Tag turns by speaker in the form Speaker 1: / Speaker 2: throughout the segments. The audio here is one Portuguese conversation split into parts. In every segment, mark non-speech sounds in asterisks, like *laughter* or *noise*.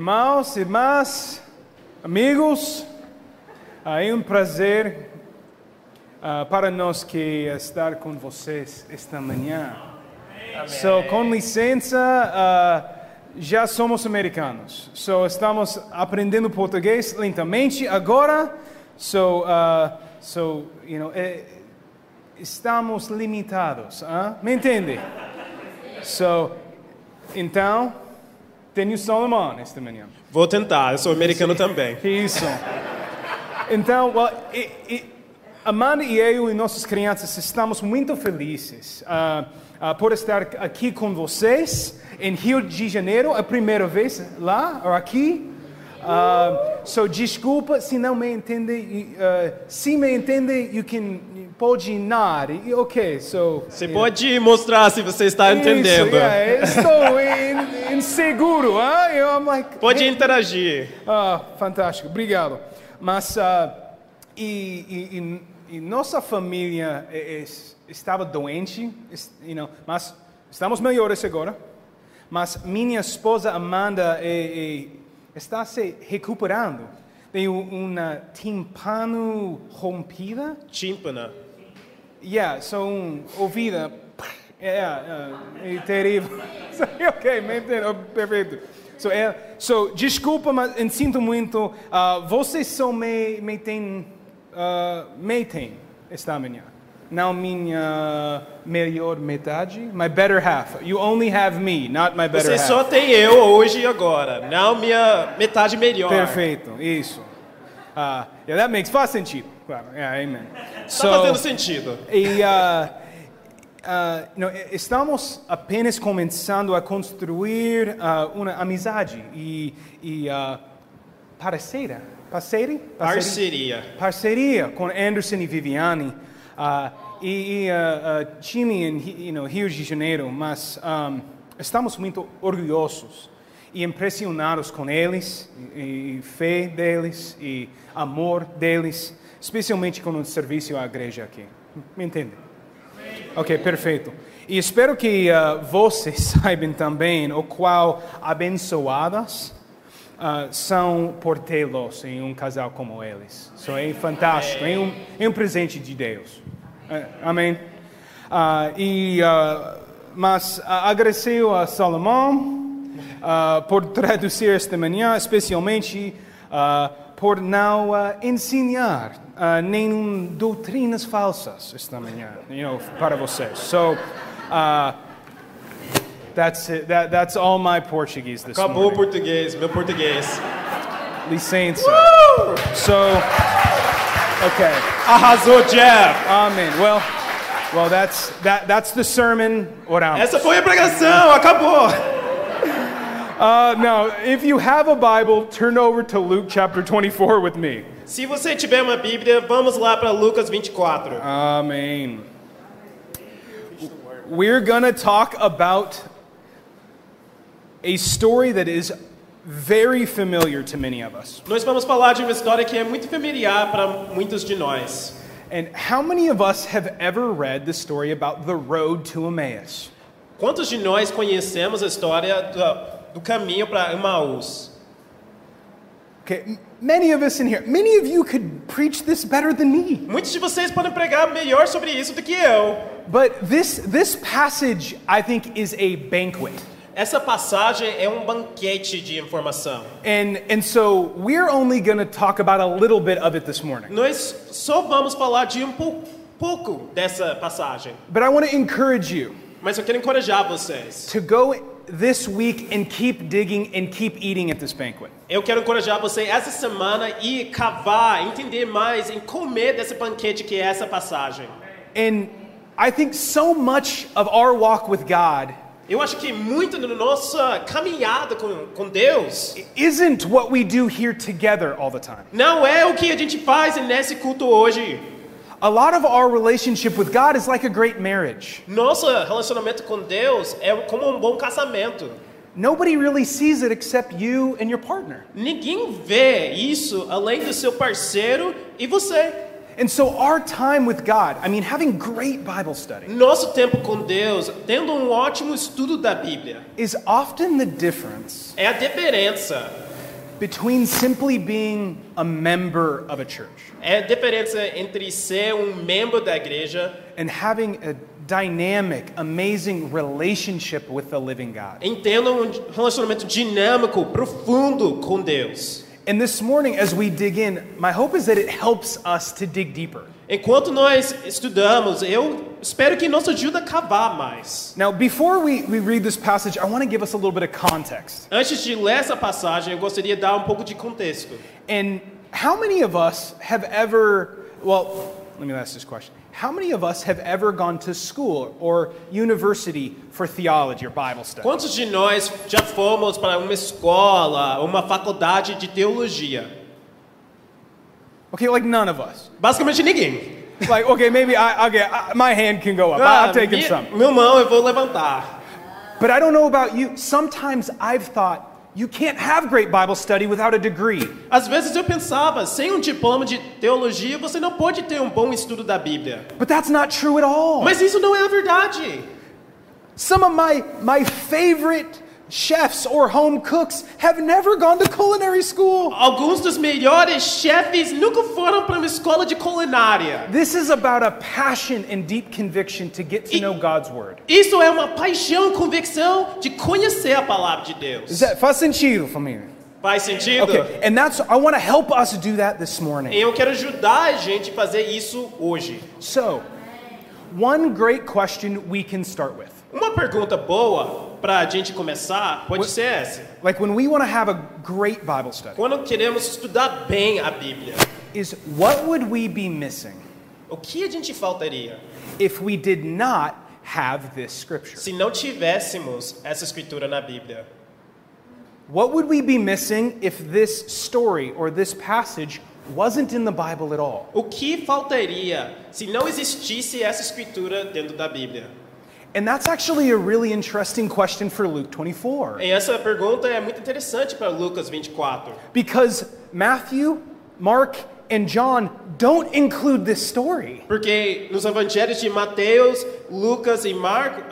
Speaker 1: Irmãos, irmãs, amigos, ah, é um prazer ah, para nós que estar com vocês esta manhã. So, com licença, ah, já somos americanos. So, estamos aprendendo português lentamente agora. So, ah, so you know, eh, estamos limitados. ah? Me entende? So, então, tenho Solomon esta manhã.
Speaker 2: Vou tentar, eu sou americano também.
Speaker 1: Que isso? Então, well, e, e, Amanda e eu e nossas crianças estamos muito felizes ah, ah, por estar aqui com vocês em Rio de Janeiro, a primeira vez lá ou aqui. Ah, so, desculpa se não me entende. e, ah, se me entende, you can pode nod. E- Ok, so
Speaker 2: Você pode mostrar se você está entendendo.
Speaker 1: Isso, yeah, é. estou in- inseguro, ah? Eu, I'm like,
Speaker 2: Pode interagir.
Speaker 1: ah, fantástico, obrigado. Mas ah, e, e- e- e nossa família é- é- estava doente, es- you know, mas estamos melhores agora. Mas minha esposa Amanda é- é- está se recuperando. Tem um- uma timpano rompida.
Speaker 2: Tímpana.
Speaker 1: Yeah, so um ouvida. Yeah, yeah, é terrível. *laughs* So, ok, me entendo, perfeito. So, é, so, desculpa, mas eu sinto muito. ah, vocês só me, me têm. ah, me têm esta manhã. Não minha melhor metade. My better half. You only have me, not my better
Speaker 2: Você
Speaker 1: half.
Speaker 2: só tem eu hoje e agora. Não minha metade melhor.
Speaker 1: Perfeito, isso. Ah, yeah, that makes faz sentido. Claro, yeah, amen.
Speaker 2: Tá fazendo sentido.
Speaker 1: E ah, ah, não, e- estamos apenas começando a construir ah, uma amizade e, e ah, parceira, parceira,
Speaker 2: Parceria.
Speaker 1: parceria com Anderson e Viviane ah, e, e ah, ah, time em Ri- you know, Rio de Janeiro, mas ah, estamos muito orgulhosos e impressionados com eles, e, e fé deles e amor deles, especialmente com o serviço à igreja aqui. Me entende? Ok, perfeito. E espero que ah, vocês *laughs* saibam também o qual abençoadas ah, são por tê-los em um casal como eles. Isso é fantástico, é um, é um presente de Deus. Ah, amém. Ah, e, ah, mas ah, agradeço a Salomão ah, por traduzir esta manhã, especialmente ah, por não ah, ensinar ah, nenhum doutrinas falsas esta manhã, you know, para vocês. So, ah, that's it. That, that's all my Portuguese this
Speaker 2: Acabou o
Speaker 1: morning.
Speaker 2: português, meu português.
Speaker 1: Licença. So, okay.
Speaker 2: Arrasou, Jeff!
Speaker 1: Amen. Well, well, that's that. That's the sermon. Oramos.
Speaker 2: Essa foi a pregação, acabou!
Speaker 1: Uh, now, if you have a Bible, turn over to Luke chapter 24 with me.
Speaker 2: Se você tiver uma Bíblia, vamos lá para Lucas 24.
Speaker 1: Ah. Amen. We're going to talk about a story that is very familiar to many of us.
Speaker 2: Nós vamos falar de uma história que é muito familiar para muitos de nós.
Speaker 1: And how many of us have ever read the story about the road to Emmaus?
Speaker 2: Quantos de nós conhecemos a história do, do caminho para Emaús?
Speaker 1: Okay, m- many of us in here, many of you could preach this better than me.
Speaker 2: Muitos de vocês podem pregar melhor sobre isso do que eu.
Speaker 1: But this this passage I think is a banquet.
Speaker 2: Essa passagem é um banquete de informação.
Speaker 1: And and so we're only going to talk about a little bit of it this morning.
Speaker 2: Nós só vamos falar de um pou- pouco dessa passagem.
Speaker 1: But I want to encourage you
Speaker 2: Mas eu quero encorajar vocês.
Speaker 1: to go this week and keep digging and keep eating at this banquet.
Speaker 2: Eu quero encorajar você essa semana e cavar, entender mais, em comer desse banquete que é essa passagem.
Speaker 1: And I think so much of our walk with God
Speaker 2: Eu acho que muito da nossa caminhada com, com Deus
Speaker 1: isn't what we do here together all the time.
Speaker 2: não é o que a gente faz nesse culto hoje.
Speaker 1: A lot of our relationship with God is like a great marriage.
Speaker 2: Nosso relacionamento com Deus é como um bom casamento.
Speaker 1: Nobody really sees it except you and your partner.
Speaker 2: Ninguém vê isso além do seu parceiro e você.
Speaker 1: And so, our time with God, I mean, having great Bible study
Speaker 2: Nosso tempo com Deus, tendo um ótimo estudo da Bíblia,
Speaker 1: is often the difference
Speaker 2: é a diferença.
Speaker 1: between simply being a member of a church
Speaker 2: É a diferença entre ser um membro da igreja
Speaker 1: and having a dynamic, amazing relationship with the living God.
Speaker 2: Entenda um relacionamento dinâmico, profundo com Deus.
Speaker 1: And this morning, as we dig in, my hope is that it helps us to dig deeper.
Speaker 2: Enquanto nós estudamos, eu espero que nos ajude a cavar mais.
Speaker 1: Now, before we, we read this passage, I want to give us a little bit of context.
Speaker 2: Antes de ler essa passagem, eu gostaria de dar um pouco de contexto.
Speaker 1: And how many of us have ever, well, let me ask this question. How many of us have ever gone to school or university for theology or Bible study?
Speaker 2: Quantos de nós já fomos para uma escola, uma faculdade de teologia?
Speaker 1: Okay, like none of us.
Speaker 2: Basicamente ninguém.
Speaker 1: Like, okay, maybe I, okay, I, my hand can go up.
Speaker 2: Um,
Speaker 1: I, I'm taking
Speaker 2: minha-
Speaker 1: some.
Speaker 2: Ah, Meu mão, eu vou levantar.
Speaker 1: But I don't know about you. Sometimes I've thought you can't have great Bible study without a degree.
Speaker 2: Às vezes eu pensava, sem um diploma de teologia, você não pode ter um bom estudo da Bíblia.
Speaker 1: But that's not true at all.
Speaker 2: Mas isso não é a verdade.
Speaker 1: Some of my, my favorite chefs or home cooks have never gone to culinary school.
Speaker 2: Alguns dos melhores chefes nunca foram para uma escola de culinária.
Speaker 1: This is about a passion and deep conviction to get to know God's word.
Speaker 2: Isso é uma paixão, convicção de conhecer a palavra de Deus.
Speaker 1: Does that faz sentido for me?
Speaker 2: Faz sentido?
Speaker 1: Okay, and that's I want to help us do that this morning.
Speaker 2: Eu quero ajudar a gente a fazer isso hoje.
Speaker 1: So, one great question we can start with.
Speaker 2: Uma pergunta boa para a gente começar pode ser essa:
Speaker 1: Like when we want to have a great Bible study
Speaker 2: Quando queremos estudar bem a Bíblia,
Speaker 1: is what would we be missing
Speaker 2: o que a gente faltaria
Speaker 1: if we did not have this scripture?
Speaker 2: se não tivéssemos essa escritura na Bíblia?
Speaker 1: What would we be missing if this story or this passage wasn't in the Bible at all?
Speaker 2: O que faltaria se não existisse essa escritura dentro da Bíblia?
Speaker 1: And that's actually a really interesting question for Luke 24.
Speaker 2: E essa pergunta é muito interessante para Lucas 24,
Speaker 1: Because Matthew, Mark, and John don't include this story.
Speaker 2: porque nos evangelhos de Mateus, Lucas e Marcos,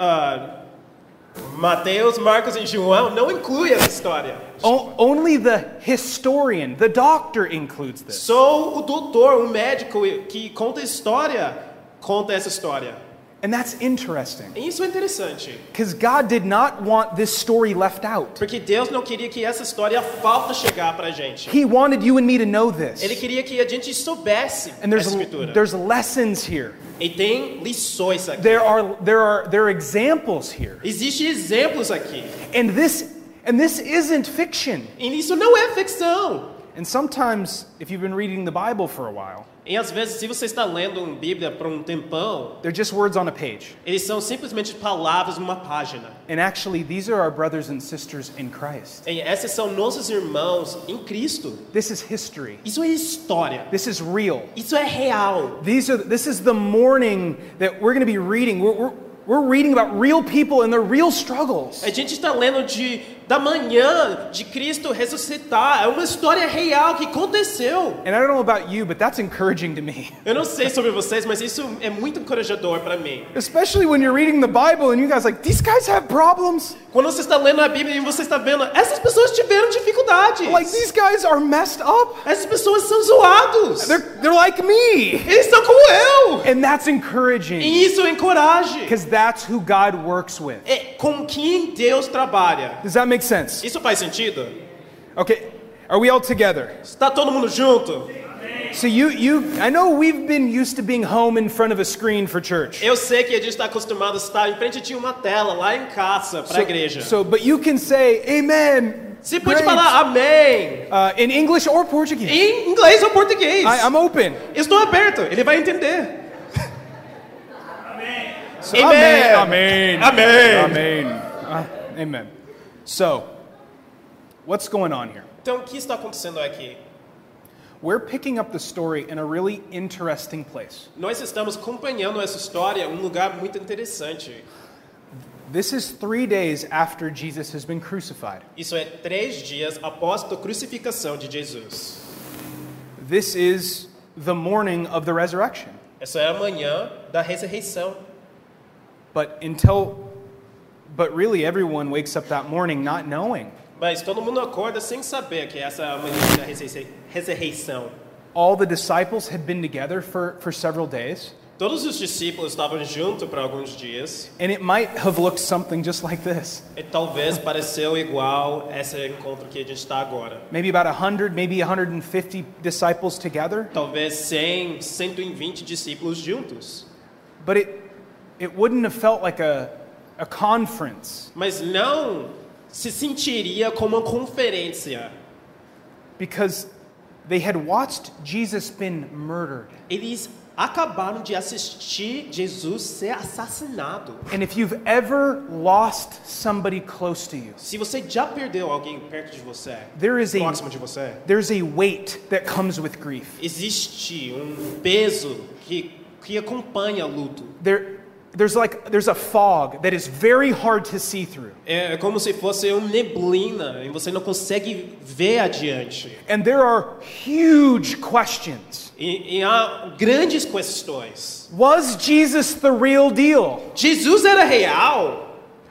Speaker 2: Mateus, Marcos e João não inclui essa história.
Speaker 1: O- only the historian, the doctor, includes this.
Speaker 2: Só o doutor, o médico que conta a história, conta essa história.
Speaker 1: And that's interesting.
Speaker 2: E isso é interessante,
Speaker 1: Because God did not want this story left out.
Speaker 2: porque Deus não queria que essa história falta chegar para gente.
Speaker 1: He wanted you and me to know
Speaker 2: Ele
Speaker 1: this.
Speaker 2: queria que a gente soubesse
Speaker 1: And
Speaker 2: essa
Speaker 1: there's,
Speaker 2: escritura.
Speaker 1: there's lessons here.
Speaker 2: E tem lições aqui.
Speaker 1: There are, there, are, there are examples here.
Speaker 2: Existem exemplos aqui.
Speaker 1: And this and this isn't fiction.
Speaker 2: E isso não é ficção.
Speaker 1: And sometimes if you've been reading the Bible for a while,
Speaker 2: E às vezes, se você está lendo uma Bíblia por um tempão,
Speaker 1: they're just words on a page.
Speaker 2: eles são simplesmente palavras numa página.
Speaker 1: And actually these are our brothers and sisters in Christ.
Speaker 2: E esses são nossos irmãos em Cristo.
Speaker 1: This is history.
Speaker 2: Isso é história.
Speaker 1: This is real.
Speaker 2: Isso é real.
Speaker 1: These are this is the morning that we're going to be reading. We're, we're we're reading about real people and their real struggles.
Speaker 2: A gente está lendo de, da manhã de Cristo ressuscitar. É uma história real que aconteceu.
Speaker 1: And I don't know about you, but that's encouraging to me. *laughs*
Speaker 2: Eu não sei sobre vocês, mas isso é muito encorajador para mim.
Speaker 1: Especially when you're reading the Bible and you guys are like, these guys have problems.
Speaker 2: Quando você está lendo a Bíblia e você está vendo, essas pessoas tiveram dificuldades.
Speaker 1: Like these guys are messed up.
Speaker 2: Essas pessoas são zoados.
Speaker 1: They're they're like me.
Speaker 2: Eles são como eu.
Speaker 1: And that's encouraging
Speaker 2: E isso encoraje.
Speaker 1: because that's who God works with.
Speaker 2: É com quem Deus trabalha.
Speaker 1: Does that make sense?
Speaker 2: Isso faz sentido?
Speaker 1: Okay, are we all together?
Speaker 2: Está todo mundo junto?
Speaker 1: So you you I know we've been used to being home in front of a screen for church.
Speaker 2: Eu sei que a gente está acostumado a estar em frente de uma tela lá em casa para a igreja.
Speaker 1: so but you can say amen.
Speaker 2: Você pode
Speaker 1: great,"
Speaker 2: falar amém
Speaker 1: uh, in English or Portuguese.
Speaker 2: em inglês ou português.
Speaker 1: I, I'm open.
Speaker 2: Estou aberto, ele vai entender.
Speaker 1: So,
Speaker 2: Amen.
Speaker 1: Amen.
Speaker 2: Amen.
Speaker 1: Amen. Uh, amen. So what's going on here?
Speaker 2: Então, o que está acontecendo aqui?
Speaker 1: We're picking up the story in a really interesting place.
Speaker 2: Nós estamos acompanhando essa história em um lugar muito interessante.
Speaker 1: This is three days after Jesus has been crucified.
Speaker 2: Isso é três dias após a crucificação de Jesus.
Speaker 1: This is the morning of the resurrection.
Speaker 2: Essa é a manhã da ressurreição.
Speaker 1: But until, but really everyone wakes up that morning not knowing.
Speaker 2: Mas todo mundo acorda sem saber que essa é a manhã da ressurrei- ressurreição.
Speaker 1: All the disciples had been together for, for several days,
Speaker 2: Todos os discípulos estavam junto por alguns dias
Speaker 1: and it might have looked something just like this.
Speaker 2: e talvez pareceu igual esse encontro que a gente está agora.
Speaker 1: Maybe about 100, maybe 150 disciples together,
Speaker 2: Talvez 100, 120 discípulos juntos.
Speaker 1: but it, it wouldn't have felt like a, a conference
Speaker 2: Mas não se sentiria como uma conferência.
Speaker 1: because they had watched Jesus been murdered.
Speaker 2: Eles acabaram de assistir Jesus ser assassinado.
Speaker 1: And if you've ever lost somebody close to you,
Speaker 2: Se você já perdeu alguém perto de você,
Speaker 1: there is a
Speaker 2: próximo de você,
Speaker 1: there's a weight that comes with grief.
Speaker 2: existe um peso que, que acompanha o luto.
Speaker 1: There, there's like there's a fog that is very hard to see through.
Speaker 2: É como se fosse uma neblina e você não consegue ver adiante.
Speaker 1: And there are huge questions.
Speaker 2: E, e há grandes questões.
Speaker 1: Was Jesus the real deal?
Speaker 2: Jesus era real?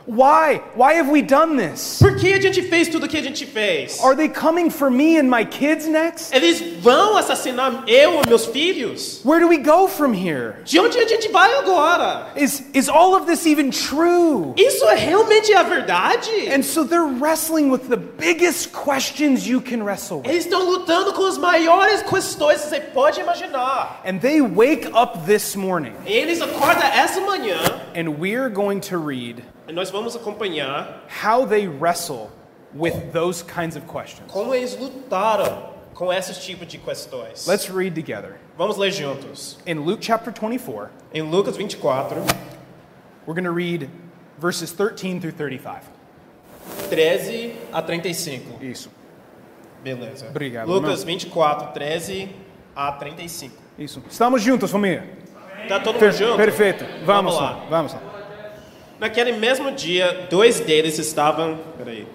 Speaker 1: Why? Why have we done this?
Speaker 2: Por que a gente fez tudo o que a gente fez?
Speaker 1: Are they coming for me and my kids next?
Speaker 2: Eles vão assassinar eu e meus filhos?
Speaker 1: Where do we go from here?
Speaker 2: De onde a gente vai agora?
Speaker 1: Is is all of this even true?
Speaker 2: Isso é realmente a verdade?
Speaker 1: And so they're wrestling with the biggest questions you can wrestle with.
Speaker 2: Eles estão lutando com as maiores questões que você pode imaginar.
Speaker 1: And they wake up this morning,
Speaker 2: Eles acordam essa manhã
Speaker 1: and we're going to read
Speaker 2: e nós vamos acompanhar
Speaker 1: how they wrestle with those kinds of questions.
Speaker 2: como eles lutaram com esses tipos de questões.
Speaker 1: Let's read together.
Speaker 2: Vamos ler juntos.
Speaker 1: In Luke chapter 24,
Speaker 2: Em Lucas 24,
Speaker 1: we're going to read verses 13 through 35.
Speaker 2: 13 a 35.
Speaker 1: Isso.
Speaker 2: Beleza.
Speaker 1: Obrigado,
Speaker 2: Lucas 24, 13 a 35.
Speaker 1: Isso. Estamos juntos, família.
Speaker 2: Tá todo mundo
Speaker 1: Per-
Speaker 2: junto?
Speaker 1: perfeito. Vamos,
Speaker 2: Vamos lá.
Speaker 1: lá. Vamos lá.
Speaker 2: Naquele mesmo dia, dois deles estavam. Peraí.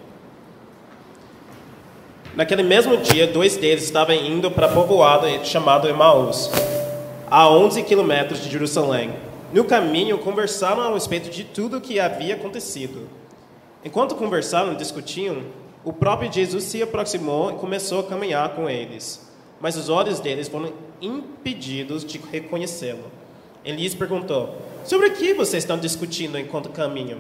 Speaker 2: Naquele mesmo dia, dois deles estavam indo para povoado chamado Emaús, a 11 quilômetros de Jerusalém. No caminho, conversaram a respeito de tudo o que havia acontecido. Enquanto conversavam e discutiam, o próprio Jesus se aproximou e começou a caminhar com eles. Mas os olhos deles foram impedidos de reconhecê-lo. Ele lhes perguntou: Sobre o que vocês estão discutindo enquanto caminham?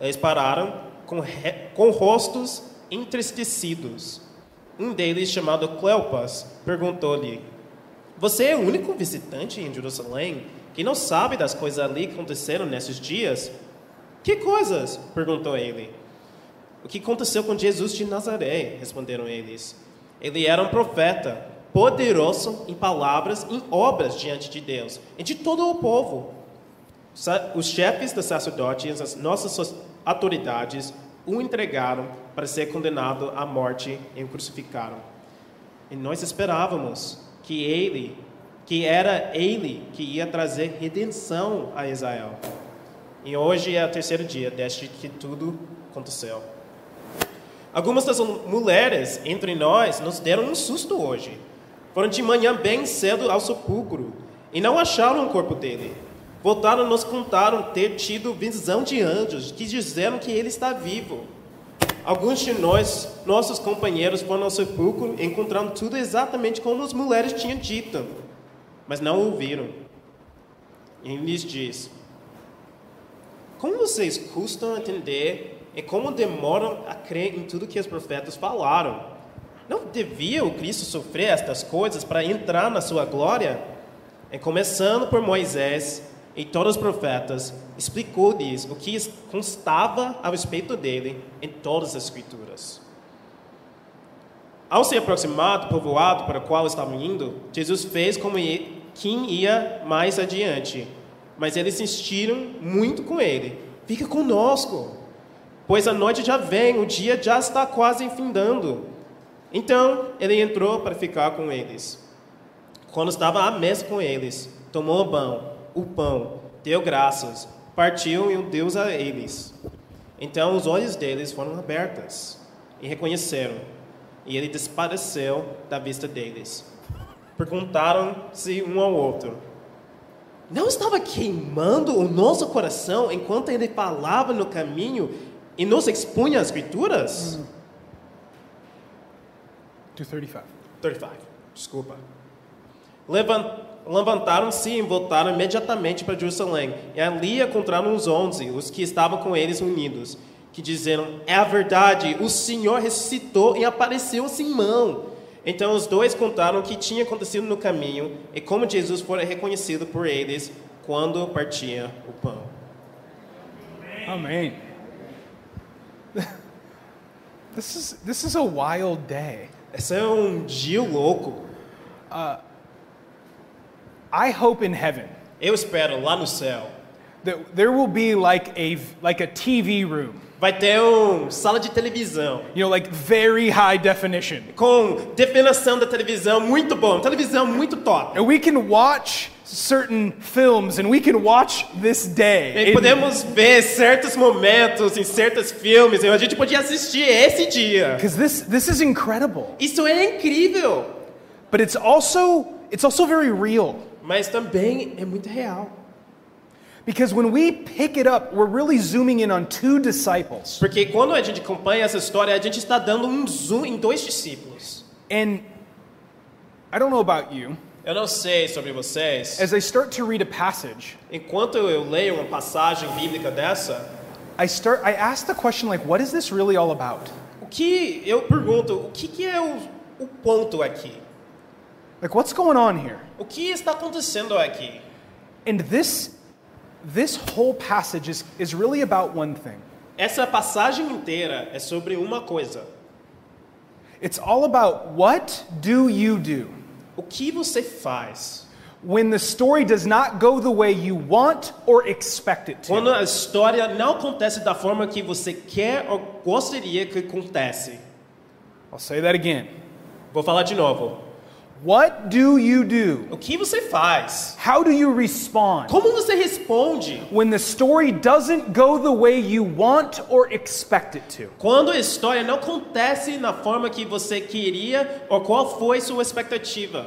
Speaker 2: Eles pararam com, re... com rostos entristecidos. Um deles, chamado Cleopas, perguntou-lhe: você é o único visitante em Jerusalém que não sabe das coisas ali que aconteceram nesses dias? Que coisas? perguntou ele. O que aconteceu com Jesus de Nazaré? responderam eles. Ele era um profeta, poderoso em palavras e em obras diante de Deus e de todo o povo. Sa- Os chefes dos sacerdotes, as nossas so- autoridades, o entregaram para ser condenado à morte e o crucificaram. E nós esperávamos que ele, que era ele que ia trazer redenção a Israel. E hoje é o terceiro dia desde que tudo aconteceu. Algumas das mulheres entre nós nos deram um susto hoje. Foram de manhã bem cedo ao sepulcro e não acharam o corpo dele. Voltaram e nos contaram ter tido visão de anjos que disseram que ele está vivo. Alguns de nós, nossos companheiros, foram ao sepulcro e encontraram tudo exatamente como as mulheres tinham dito, mas não ouviram. E ele lhes diz: Como vocês custam a entender e como demoram a crer em tudo que os profetas falaram? Não devia o Cristo sofrer estas coisas para entrar na sua glória? E começando por Moisés e todos os profetas, explicou-lhes o que constava a respeito dele em todas as escrituras. Ao se aproximar do povoado para o qual estavam indo, Jesus fez como i- quem ia mais adiante. Mas eles insistiram muito com ele: Fica conosco, pois a noite já vem, o dia já está quase findando. Então ele entrou para ficar com eles. Quando estava à mesa com eles, tomou o pão, o pão, deu graças, partiu e o deu a eles. Então os olhos deles foram abertos e reconheceram, e ele desapareceu da vista deles. perguntaram-se um ao outro: Não estava queimando o nosso coração enquanto ele falava no caminho e nos expunha as Escrituras?
Speaker 1: 235.
Speaker 2: 35. Desculpa. Levan- Levantaram-se e voltaram imediatamente para Jerusalém. E ali encontraram os onze, os que estavam com eles reunidos, que diziam: É a verdade, o Senhor ressuscitou e apareceu a Simão. Então os dois contaram o que tinha acontecido no caminho e como Jesus fora reconhecido por eles quando partia o pão.
Speaker 1: Amém. *laughs* This is, this is a wild day.
Speaker 2: Esse é um dia louco.
Speaker 1: I hope in heaven
Speaker 2: Eu espero lá no céu.
Speaker 1: that there will be like a, like a TV room,
Speaker 2: Vai ter uma sala de televisão.
Speaker 1: you know, like very high definition.
Speaker 2: com definição da televisão muito bom, televisão muito top.
Speaker 1: And we can watch certain films and we can watch this day.
Speaker 2: E podemos ver certos momentos em certos filmes, e a gente podia assistir esse dia.
Speaker 1: Because this, this is incredible.
Speaker 2: Isso é incrível,
Speaker 1: But it's also, it's also very real.
Speaker 2: mas também é muito real.
Speaker 1: Because when we pick it up, we're really zooming in on two disciples.
Speaker 2: Porque quando a gente acompanha essa história, a gente está dando um zoom em dois discípulos.
Speaker 1: And I don't know about you,
Speaker 2: Eu não sei sobre vocês,
Speaker 1: as I start to read a passage,
Speaker 2: enquanto eu leio uma passagem bíblica dessa,
Speaker 1: I start I ask the question like what is this really all about?
Speaker 2: o que eu pergunto, o que, que é o, o ponto aqui?
Speaker 1: Like what's going on here?
Speaker 2: O que está acontecendo aqui?
Speaker 1: And this this whole passage is, is really about one thing.
Speaker 2: Essa passagem inteira é sobre uma coisa.
Speaker 1: It's all about what do you do
Speaker 2: O que você faz
Speaker 1: when the story does not go the way you want or expect it to.
Speaker 2: quando a história não acontece da forma que você quer ou gostaria que acontece?
Speaker 1: I'll say that again.
Speaker 2: Vou falar de novo.
Speaker 1: What do you do?
Speaker 2: O que você faz?
Speaker 1: How do you respond
Speaker 2: Como você responde
Speaker 1: when the story doesn't go the way you want or expect it to?
Speaker 2: quando a história não acontece na forma que você queria ou qual foi sua expectativa?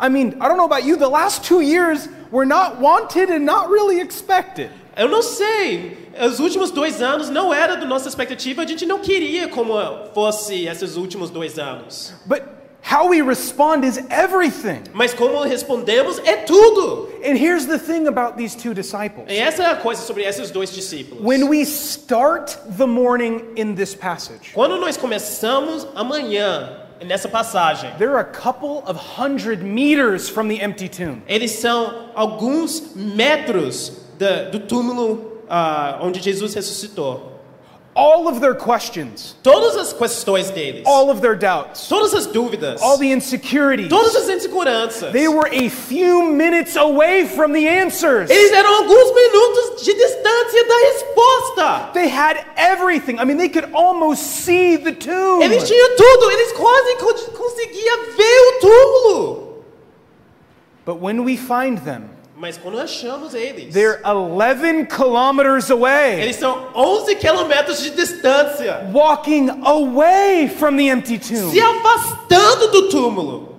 Speaker 1: I mean, I don't know about you, the last 2 years were not wanted and not really expected.
Speaker 2: Eu não sei. Os últimos dois anos não era da nossa expectativa. A gente não queria como fosse esses últimos dois anos.
Speaker 1: But how we respond is everything.
Speaker 2: Mas como respondemos é tudo.
Speaker 1: And here's the thing about these two disciples.
Speaker 2: E essa é a coisa sobre esses dois discípulos.
Speaker 1: When we start the morning in this passage,
Speaker 2: Quando nós começamos amanhã, nessa passagem,
Speaker 1: they're a couple of hundred meters from the empty tomb.
Speaker 2: eles são alguns metros da- do túmulo ah, onde Jesus ressuscitou.
Speaker 1: All of their questions,
Speaker 2: Todas as questões deles,
Speaker 1: all of their doubts,
Speaker 2: todas as dúvidas,
Speaker 1: all the insecurities,
Speaker 2: todas as inseguranças,
Speaker 1: they were a few minutes away from the answers.
Speaker 2: eles eram alguns minutos de distância da resposta.
Speaker 1: They had everything. I mean, they could almost see the tomb.
Speaker 2: Eles tinham tudo, eles quase co- conseguiam ver o túmulo.
Speaker 1: But when we find them,
Speaker 2: Mas quando achamos eles,
Speaker 1: they're 11 kilometers away.
Speaker 2: eles são 11 quilômetros de distância.
Speaker 1: walking away from the empty
Speaker 2: se
Speaker 1: tomb.
Speaker 2: afastando do túmulo.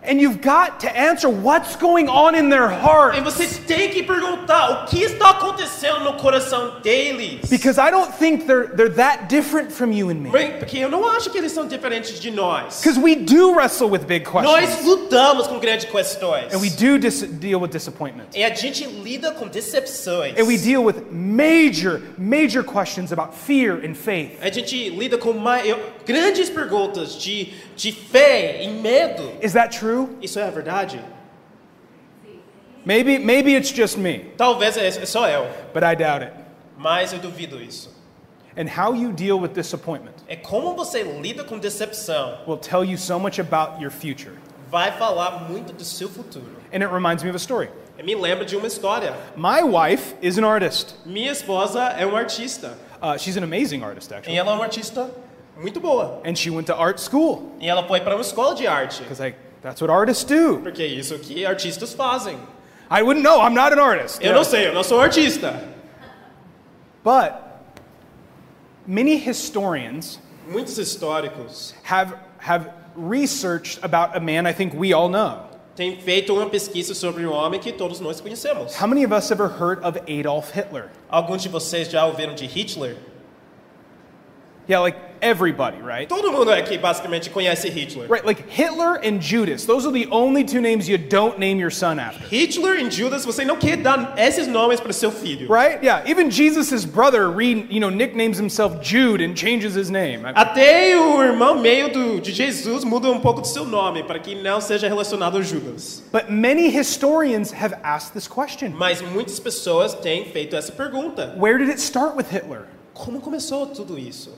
Speaker 1: And you've got to answer what's going on in their
Speaker 2: E
Speaker 1: heart.
Speaker 2: você tem que perguntar o que está acontecendo no coração deles.
Speaker 1: Because I don't think they're, they're that different from you and me.
Speaker 2: Bem, Porque eu não acho que eles são diferentes de nós.
Speaker 1: Because we do wrestle with big questions.
Speaker 2: Nós lutamos com grandes questões.
Speaker 1: And we do dis- deal with disappointment.
Speaker 2: E a gente lida com decepções.
Speaker 1: And we deal with major, major questions about fear and faith.
Speaker 2: A gente lida com ma- eu- grandes perguntas de, de fé e medo.
Speaker 1: Is that true?
Speaker 2: Isso é a verdade?
Speaker 1: Maybe, maybe it's just me,
Speaker 2: Talvez é é só eu,
Speaker 1: but I doubt it.
Speaker 2: mas eu duvido isso.
Speaker 1: And how you deal with disappointment
Speaker 2: É como você lida com decepção.
Speaker 1: will tell you so much about your future.
Speaker 2: Vai falar muito do seu futuro.
Speaker 1: And it reminds me of a story.
Speaker 2: Eu me lembro de uma história.
Speaker 1: My wife is an artist.
Speaker 2: Minha esposa é uma artista.
Speaker 1: Uh, she's an amazing artist, actually.
Speaker 2: E ela é uma artista muito boa.
Speaker 1: And she went to art school
Speaker 2: E ela foi para uma escola de arte.
Speaker 1: because, like, that's what artists do.
Speaker 2: Porque é isso que artistas fazem.
Speaker 1: I wouldn't know. I'm not an artist.
Speaker 2: Eu não sei, eu não sou artista.
Speaker 1: But many historians
Speaker 2: Muitos históricos
Speaker 1: have have researched about a man I think we all know.
Speaker 2: Tem feito uma pesquisa sobre um homem que todos nós conhecemos.
Speaker 1: How many of us ever heard of Adolf Hitler?
Speaker 2: Alguns de vocês já ouviram de Hitler?
Speaker 1: Yeah, like everybody, right?
Speaker 2: Todo mundo aqui basicamente conhece Hitler.
Speaker 1: Right, like Hitler and Judas. Those are the only two names you don't name your son after.
Speaker 2: Hitler e Judas, você não quer dar esses nomes para seu filho.
Speaker 1: Right? Yeah. Even Jesus' brother, re, you know, nicknames himself Jude and changes his name. I-
Speaker 2: Até o irmão meio do, de Jesus muda um pouco do seu nome para que não seja relacionado a Judas.
Speaker 1: But many historians have asked this question:
Speaker 2: Mas muitas pessoas têm feito essa pergunta.
Speaker 1: Where did it start with Hitler?
Speaker 2: Como começou tudo isso?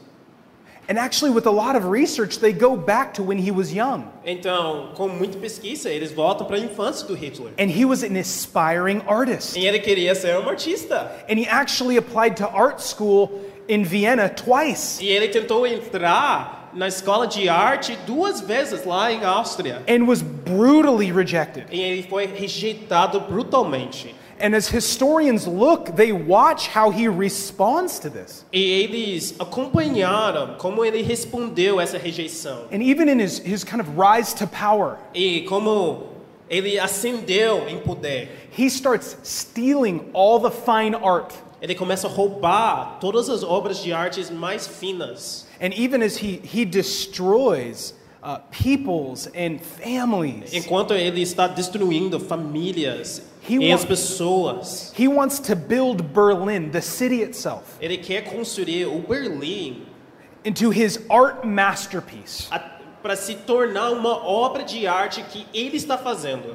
Speaker 1: And actually, with a lot of research, they go back to when he was young,
Speaker 2: Então, com muita pesquisa, eles voltam para a infância do Hitler.
Speaker 1: and he was an aspiring artist.
Speaker 2: E ele queria ser um artista.
Speaker 1: And he actually applied to art school in Vienna twice
Speaker 2: E ele tentou entrar na escola de arte duas vezes lá em Áustria.
Speaker 1: and was brutally rejected.
Speaker 2: E ele foi rejeitado brutalmente.
Speaker 1: And as historians look, they watch how he responds to this.
Speaker 2: E eles acompanharam como ele respondeu essa rejeição.
Speaker 1: And even in his, his kind of rise to power,
Speaker 2: E como ele ascendeu em poder.
Speaker 1: he starts stealing all the fine art.
Speaker 2: Ele começa a roubar todas as obras de artes mais finas.
Speaker 1: And even as he, he destroys uh, peoples and families,
Speaker 2: Enquanto ele está destruindo famílias
Speaker 1: He
Speaker 2: e as
Speaker 1: wa-
Speaker 2: pessoas.
Speaker 1: he wants to build Berlin, the city itself,
Speaker 2: Ele quer construir o Berlim
Speaker 1: into his art masterpiece.
Speaker 2: para se tornar uma obra de arte que ele está fazendo.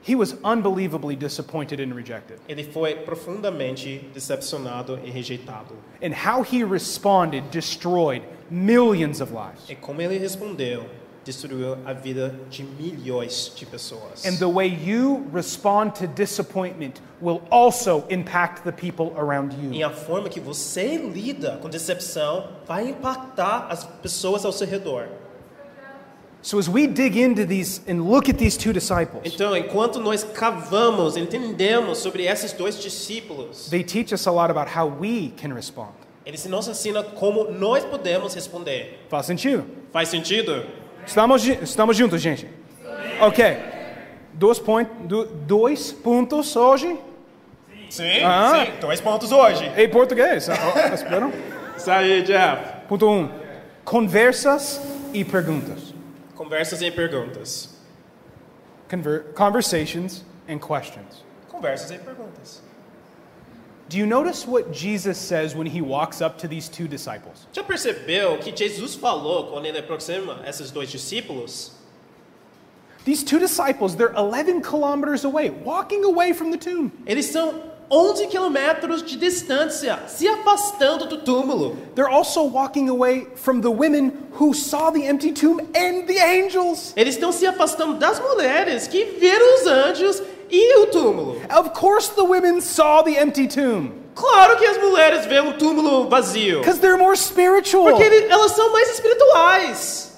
Speaker 1: He was unbelievably disappointed and rejected.
Speaker 2: Ele foi profundamente decepcionado e rejeitado.
Speaker 1: And how he responded destroyed millions of lives.
Speaker 2: E como ele respondeu, destruiu a vida de milhões de pessoas.
Speaker 1: And the way you respond to disappointment will also impact the people around
Speaker 2: E
Speaker 1: you.
Speaker 2: a forma que você lida com decepção vai impactar as pessoas ao seu redor.
Speaker 1: So as we dig into these and look at these two disciples,
Speaker 2: Então, enquanto nós cavamos, entendemos sobre esses dois discípulos,
Speaker 1: they teach us a lot about how we can respond.
Speaker 2: eles nos ensinam como nós podemos responder.
Speaker 1: Faz sentido?
Speaker 2: Faz sentido?
Speaker 1: Estamos, ju- estamos juntos, gente? Ok. Dois, point, do- dois pontos hoje
Speaker 2: Sim,
Speaker 1: Ah.
Speaker 2: sim. Dois pontos hoje.
Speaker 1: em português. Ah, ah, esperam?
Speaker 2: Isso aí, Jeff.
Speaker 1: Ponto 1. Um, conversas e perguntas.
Speaker 2: Conversas e perguntas.
Speaker 1: Conver- conversations and questions.
Speaker 2: Conversas e perguntas.
Speaker 1: Do you notice what Jesus says when he walks up to these two disciples?
Speaker 2: Já percebeu que Jesus falou quando ele aproxima esses dois discípulos?
Speaker 1: These two disciples, they're 11 kilometers away, walking away from the tomb.
Speaker 2: Eles são 11 quilômetros de distância, se afastando do túmulo.
Speaker 1: They're also walking away from the women who saw the empty tomb and the angels.
Speaker 2: Eles estão se afastando das mulheres que viram os anjos e o túmulo.
Speaker 1: Of course, the women saw the empty tomb
Speaker 2: Claro que as mulheres veem um túmulo vazio,
Speaker 1: because they're more spiritual.
Speaker 2: porque ele- elas são mais espirituais.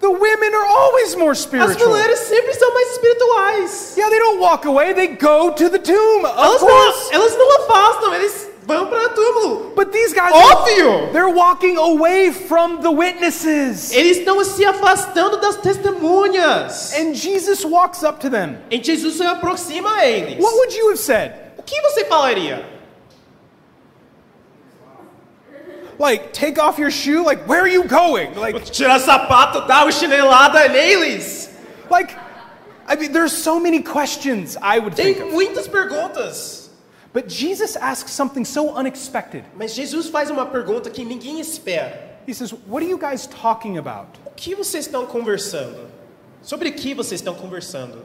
Speaker 1: The women are always more
Speaker 2: As
Speaker 1: spiritual.
Speaker 2: mulheres sempre são mais espirituais.
Speaker 1: Yeah, they don't walk away, they go to the tomb. Of
Speaker 2: Elas não,
Speaker 1: course.
Speaker 2: elas não afastam, eles vão para o túmulo.
Speaker 1: But these guys,
Speaker 2: Óbvio!
Speaker 1: they're walking away from the witnesses.
Speaker 2: Eles estão se afastando das testemunhas.
Speaker 1: And Jesus walks up to them.
Speaker 2: E Jesus se aproxima a eles.
Speaker 1: What would you have said?
Speaker 2: O que você falaria?
Speaker 1: Like, take off your shoe? Like, where are you going? Like,
Speaker 2: Tirar sapato, dar uma chinelada neles.
Speaker 1: like, I mean, there's so many questions I would think
Speaker 2: Tem
Speaker 1: of.
Speaker 2: muitas perguntas.
Speaker 1: But Jesus asks something so unexpected.
Speaker 2: Mas Jesus faz uma pergunta que ninguém espera.
Speaker 1: He says, What are you guys talking about?
Speaker 2: O que vocês estão conversando? Sobre o que vocês estão conversando?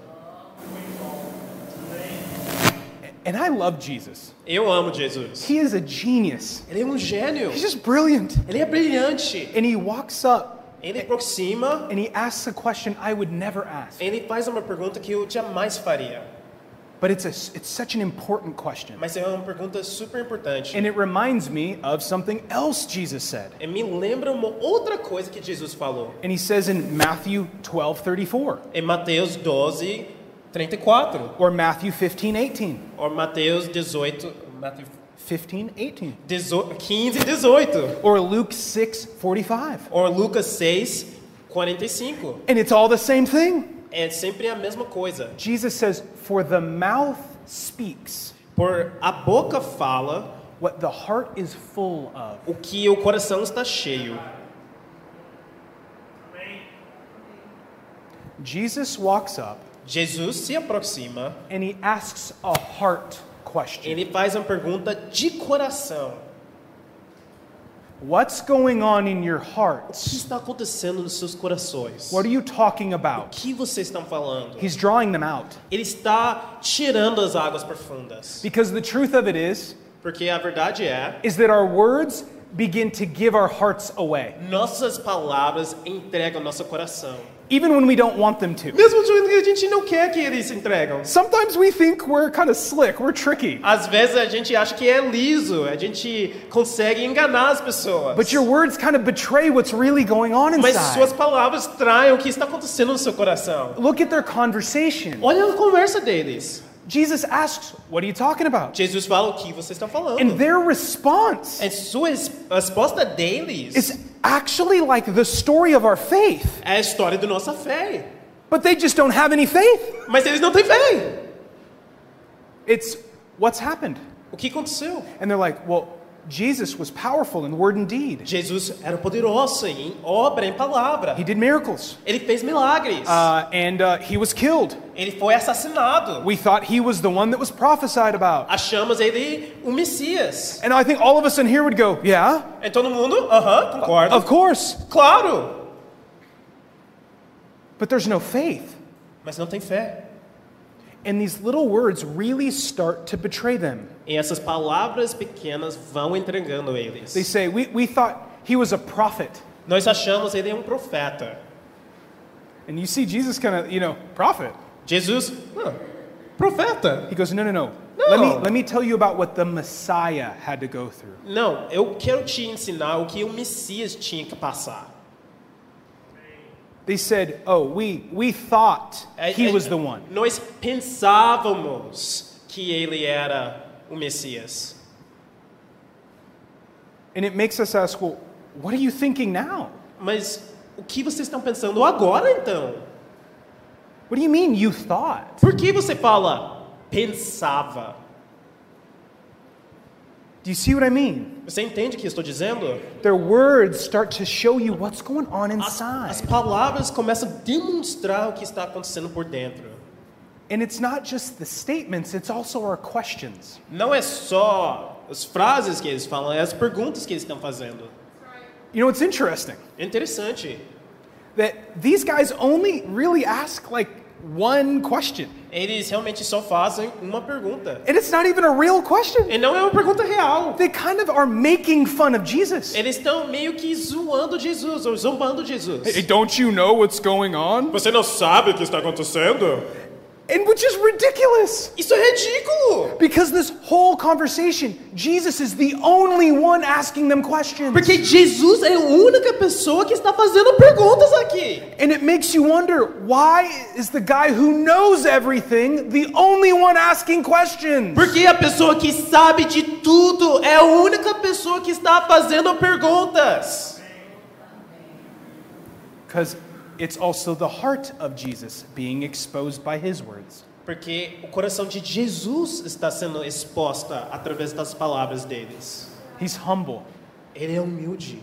Speaker 1: And I love Jesus.
Speaker 2: Eu amo Jesus.
Speaker 1: He is a genius.
Speaker 2: Ele é um gênio.
Speaker 1: He's just brilliant.
Speaker 2: Ele é brilhante.
Speaker 1: And he walks up
Speaker 2: Ele aproxima.
Speaker 1: and he asks a question I would never ask.
Speaker 2: Ele faz uma pergunta que eu jamais faria.
Speaker 1: But it's, a, it's such an important question.
Speaker 2: Mas é uma pergunta super importante.
Speaker 1: And it reminds me of something else Jesus said.
Speaker 2: E me lembra uma outra coisa que Jesus falou.
Speaker 1: And he says in Matthew 12 34
Speaker 2: Em Mateus 12, 34.
Speaker 1: or Matthew 15 18.
Speaker 2: Ou Mateus 18, Mateus
Speaker 1: 15, 18.
Speaker 2: Dezo- 15 e 18.
Speaker 1: Or Luke 6, 45.
Speaker 2: Ou Lucas 6, 45.
Speaker 1: And it's all the same thing.
Speaker 2: É sempre a mesma coisa.
Speaker 1: Jesus says, For the mouth speaks
Speaker 2: Por a boca fala
Speaker 1: what the heart is full of.
Speaker 2: o que o coração está cheio.
Speaker 1: Jesus walks up
Speaker 2: Jesus se aproxima,
Speaker 1: and he asks a heart question
Speaker 2: ele faz uma pergunta de coração.
Speaker 1: What's going on in your
Speaker 2: O que
Speaker 1: hearts?
Speaker 2: está acontecendo nos seus corações?
Speaker 1: What are you talking
Speaker 2: O
Speaker 1: about?
Speaker 2: que vocês estão falando?
Speaker 1: He's drawing them out.
Speaker 2: Ele está tirando as águas profundas.
Speaker 1: Because the truth of it is,
Speaker 2: Porque a verdade é,
Speaker 1: is that our words begin to give our hearts away,
Speaker 2: nossas palavras entregam nosso coração.
Speaker 1: even when we don't want them to.
Speaker 2: Mesmo de que a gente não quer que eles se entregam.
Speaker 1: Sometimes we think we're kind of slick, we're tricky,
Speaker 2: Às vezes a gente acha que é liso, a gente consegue enganar as pessoas.
Speaker 1: but your words kind of betray what's really going on
Speaker 2: Mas suas
Speaker 1: inside.
Speaker 2: palavras traem o que está acontecendo no seu coração.
Speaker 1: Look at their conversation.
Speaker 2: Olha a conversa deles.
Speaker 1: Jesus asks, What are you talking about?
Speaker 2: Jesus fala o que vocês estão falando.
Speaker 1: And their response
Speaker 2: É sua es- a resposta deles
Speaker 1: is actually like the story of our faith,
Speaker 2: é a história da nossa fé.
Speaker 1: but they just don't have any faith.
Speaker 2: Mas eles não têm fé.
Speaker 1: It's what's happened.
Speaker 2: O que aconteceu?
Speaker 1: And they're like, Well, Jesus was powerful in word and deed,
Speaker 2: Jesus era poderoso em obra, em palavra.
Speaker 1: He did miracles,
Speaker 2: Ele fez milagres.
Speaker 1: uh, and uh, He was killed.
Speaker 2: Ele foi assassinado.
Speaker 1: We thought he was the one that was prophesied about.
Speaker 2: Achamos ele o Messias.
Speaker 1: And I think all of us in here would go, yeah,
Speaker 2: É todo mundo? Aham, concordo.
Speaker 1: of course.
Speaker 2: Claro.
Speaker 1: But there's no faith.
Speaker 2: Mas não tem fé.
Speaker 1: And these little words really start to betray them.
Speaker 2: E essas palavras pequenas vão entregando eles.
Speaker 1: They say, we, we thought he was a prophet.
Speaker 2: Nós achamos ele é um profeta.
Speaker 1: And you see Jesus kind of, you know, prophet.
Speaker 2: Jesus, ah, profeta?
Speaker 1: He goes, no, no, no.
Speaker 2: No.
Speaker 1: Let, me, let me tell you about what the Messiah had to go through.
Speaker 2: Não, eu quero te ensinar o que o Messias tinha que passar.
Speaker 1: They said, oh, we, we thought
Speaker 2: É-
Speaker 1: he
Speaker 2: é-
Speaker 1: was the one.
Speaker 2: Nós pensávamos que ele era o Messias.
Speaker 1: And it makes us ask, well, what are you thinking now?
Speaker 2: Mas o que vocês estão pensando agora então?
Speaker 1: What do you mean you thought?
Speaker 2: Por que você fala pensava?
Speaker 1: Do you see what I mean?
Speaker 2: Você entende o que eu estou dizendo?
Speaker 1: Their words start to show you what's going on
Speaker 2: As,
Speaker 1: inside.
Speaker 2: as palavras começam a demonstrar o que está acontecendo por dentro.
Speaker 1: And it's not just the statements, it's also our questions.
Speaker 2: Não é só as frases que eles falam, é as perguntas que eles estão fazendo.
Speaker 1: You know, it's interesting
Speaker 2: É interessante.
Speaker 1: that these guys only really ask like one question.
Speaker 2: Eles realmente só fazem uma pergunta.
Speaker 1: And it's not even a real question.
Speaker 2: E não é uma pergunta real.
Speaker 1: They kind of are making fun of Jesus.
Speaker 2: Eles estão meio que zoando Jesus, ou zombando Jesus.
Speaker 1: don't you know what's going on?
Speaker 2: Você não sabe o que está acontecendo?
Speaker 1: And which is ridiculous.
Speaker 2: Isso é ridículo!
Speaker 1: Because this whole conversation, Jesus is the only one asking them questions.
Speaker 2: Porque Jesus é a única pessoa que está fazendo perguntas aqui.
Speaker 1: And it makes you wonder why is the guy who knows everything the only one asking questions?
Speaker 2: Porque a pessoa que sabe de tudo é a única pessoa que está fazendo perguntas.
Speaker 1: Because it's also the heart of Jesus being exposed by his words.
Speaker 2: Porque o coração de Jesus está sendo exposta através das palavras deles.
Speaker 1: He's humble,
Speaker 2: Ele é humilde.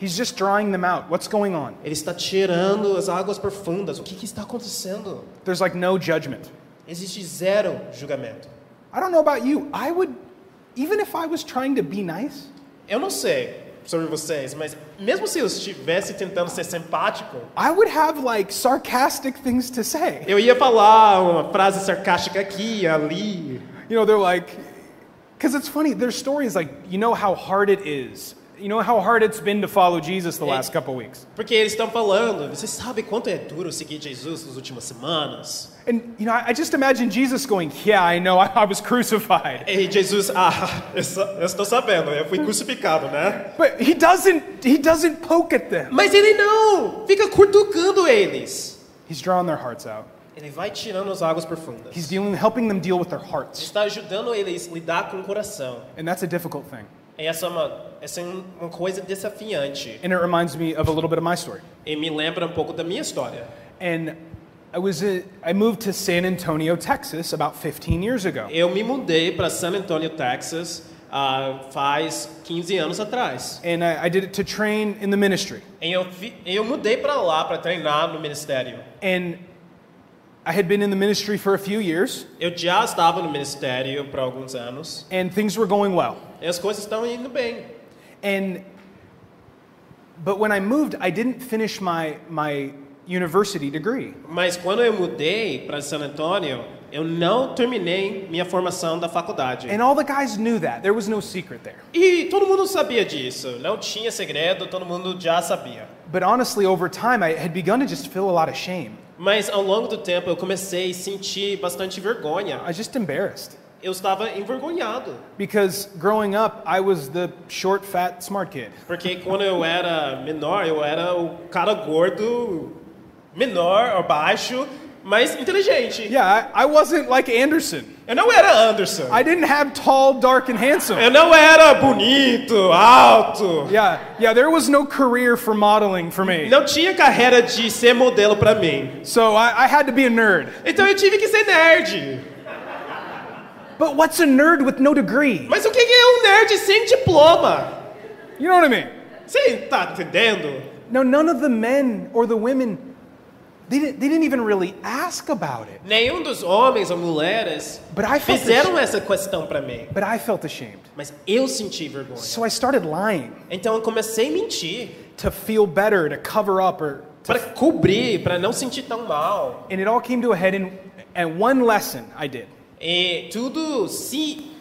Speaker 1: he's just drawing them out. What's going on?
Speaker 2: Ele está tirando as águas profundas. O que, que está acontecendo?
Speaker 1: There's like no judgment.
Speaker 2: Existe zero julgamento.
Speaker 1: I don't know about you. I would, even if I was trying to be nice,
Speaker 2: Eu não sei sobre vocês, mas mesmo se eu estivesse tentando ser simpático,
Speaker 1: I would have like sarcastic things to say.
Speaker 2: eu ia falar uma frase sarcástica aqui, ali.
Speaker 1: You know, they're like, because it's funny, their story is like, you know how hard it is. You know how hard it's been to follow Jesus the last couple weeks.
Speaker 2: Porque eles estão falando, você sabe quanto é duro seguir Jesus nas últimas semanas?
Speaker 1: And, you know, I, I just imagine Jesus going, yeah, I know, *laughs* I, I was crucified.
Speaker 2: E Jesus, ah, *laughs* eu, sa- eu estou sabendo, eu fui crucificado, né?
Speaker 1: But he doesn't, he doesn't poke at them.
Speaker 2: Mas ele não, fica cutucando eles.
Speaker 1: He's drawing their hearts out.
Speaker 2: Ele vai tirando as águas profundas.
Speaker 1: He's dealing, helping them deal with their hearts.
Speaker 2: Está ajudando eles a lidar com o coração.
Speaker 1: And that's a difficult thing.
Speaker 2: E essa é uma, essa é uma coisa desafiante.
Speaker 1: And it reminds me of a little bit of my story.
Speaker 2: E me lembra um pouco da minha história.
Speaker 1: And I was uh, I moved to San Antonio, Texas about 15 years ago.
Speaker 2: Eu me mudei para San Antonio, Texas, ah, faz 15 anos atrás.
Speaker 1: And I, I did it to train in the ministry.
Speaker 2: E eu, vi- eu mudei para lá para treinar no ministério.
Speaker 1: And I had been in the ministry for a few years
Speaker 2: Eu já estava no ministério por alguns anos.
Speaker 1: and things were going well.
Speaker 2: E as coisas estão indo bem.
Speaker 1: And but when I moved, I didn't finish my my university degree.
Speaker 2: Mas quando eu mudei para San Antonio, eu não terminei minha formação da faculdade.
Speaker 1: And all the guys knew that. There was no secret there.
Speaker 2: E todo mundo sabia disso. Não tinha segredo, todo mundo já sabia.
Speaker 1: But honestly, over time, I had begun to just feel a lot of shame.
Speaker 2: Mas ao longo do tempo eu comecei a sentir bastante vergonha.
Speaker 1: I was just embarrassed
Speaker 2: Eu estava envergonhado.
Speaker 1: because growing up, I was the short, fat, smart kid.
Speaker 2: Porque quando eu era menor, eu era o cara gordo, menor ou baixo, mas inteligente.
Speaker 1: Yeah, I, I wasn't like Anderson.
Speaker 2: Eu não era Anderson.
Speaker 1: I didn't have tall, dark, and handsome.
Speaker 2: *laughs* Eu não era bonito, alto.
Speaker 1: Yeah, yeah, there was no career for modeling for me.
Speaker 2: Não tinha carreira de ser modelo pra mim.
Speaker 1: So I, I had to be a nerd.
Speaker 2: Então eu tive que ser nerd.
Speaker 1: But what's a nerd with no degree?
Speaker 2: Mas o que que é um nerd sem diploma?
Speaker 1: You know what I mean?
Speaker 2: Você tá entendendo?
Speaker 1: No, none of the men or the women, they didn't, they didn't even really ask about it.
Speaker 2: Nenhum dos homens ou mulheres
Speaker 1: But I felt
Speaker 2: fizeram
Speaker 1: ashamed.
Speaker 2: essa questão pra mim.
Speaker 1: But I felt ashamed.
Speaker 2: Mas eu senti vergonha.
Speaker 1: So I started lying
Speaker 2: Então eu comecei a mentir.
Speaker 1: to feel better, to cover up, or
Speaker 2: Pra cobrir, pra não sentir tão mal.
Speaker 1: and it all came to a head in, at one lesson I did.
Speaker 2: E tudo se,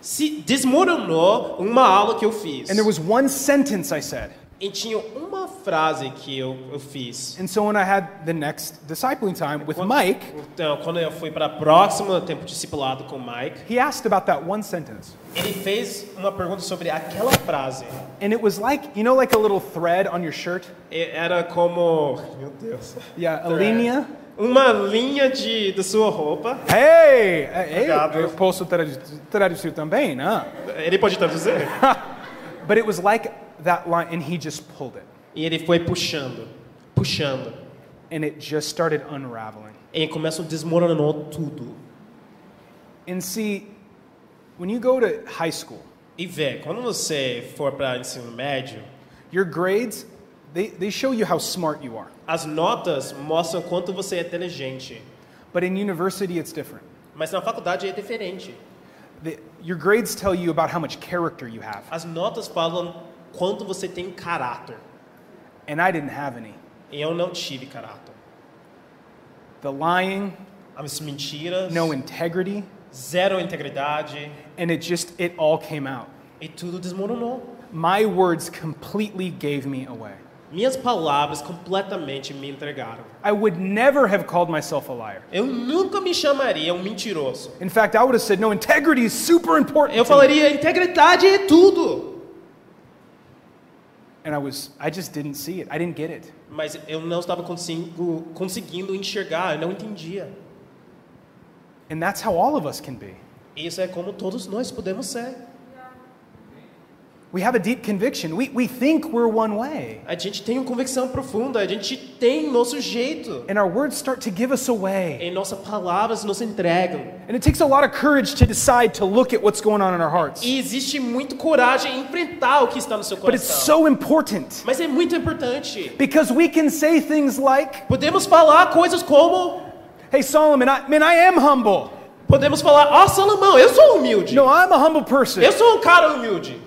Speaker 2: se desmoronou uma aula que eu fiz.
Speaker 1: And there was one sentence I said.
Speaker 2: E tinha uma frase que eu, eu fiz.
Speaker 1: And so when I had the next discipling time with Mike,
Speaker 2: Então, quando eu fui para a próxima tempo discipulado com o Mike,
Speaker 1: he asked about that one sentence.
Speaker 2: ele fez uma pergunta sobre aquela frase.
Speaker 1: And it was like, you know, like a little thread on your shirt?
Speaker 2: E era como, meu Deus,
Speaker 1: Yeah, Alenia.
Speaker 2: uma linha de da sua roupa.
Speaker 1: Hey! Hey!
Speaker 2: Obrigado.
Speaker 1: Eu posso tradu- traduzir também, né? *laughs*
Speaker 2: Ele pode traduzir?
Speaker 1: But it was like that line, and he just pulled it.
Speaker 2: E ele foi puxando, puxando.
Speaker 1: And it just started unraveling.
Speaker 2: E começa a desmoronar tudo.
Speaker 1: And see, when you go to high school,
Speaker 2: E vê, quando você for para ensino médio,
Speaker 1: your grades, they, they show you how smart you are.
Speaker 2: as notas mostram quanto você é inteligente,
Speaker 1: But in university, it's different.
Speaker 2: mas na faculdade é diferente.
Speaker 1: The, your grades tell you about how much character you have.
Speaker 2: As notas falam quanto você tem caráter.
Speaker 1: And I didn't have any.
Speaker 2: E eu não tive caráter.
Speaker 1: The lying,
Speaker 2: As mentiras,
Speaker 1: no integrity,
Speaker 2: zero integridade
Speaker 1: and it just, it all came out.
Speaker 2: e tudo desmoronou.
Speaker 1: My words completely gave me away.
Speaker 2: Minhas palavras completamente me entregaram.
Speaker 1: I would never have called myself a liar.
Speaker 2: Eu nunca me chamaria um mentiroso.
Speaker 1: In fact, I would have said, no, integrity is super important.
Speaker 2: Eu
Speaker 1: to me."
Speaker 2: falaria, integridade é tudo.
Speaker 1: And I was, I just didn't see it. I didn't get it.
Speaker 2: Mas eu não estava consigo, conseguindo enxergar, eu não entendia.
Speaker 1: And that's how all of us can be.
Speaker 2: Isso é como todos nós podemos ser.
Speaker 1: We have a deep conviction. We, we think we're one way.
Speaker 2: A gente tem uma convicção profunda, a gente tem nosso jeito.
Speaker 1: And our words start to give us away.
Speaker 2: E nossas palavras nos entregam.
Speaker 1: And it takes a lot of courage to decide to look at what's going on in our hearts.
Speaker 2: E existe muito coragem em enfrentar o que está no seu
Speaker 1: But it's
Speaker 2: coração.
Speaker 1: so important
Speaker 2: Mas é muito importante.
Speaker 1: because we can say things like,
Speaker 2: Podemos falar coisas como...
Speaker 1: hey, Solomon, I, man, I am humble.
Speaker 2: Podemos falar, ó Salomão, eu sou humilde.
Speaker 1: No, I'm a humble person.
Speaker 2: Eu sou um cara humilde.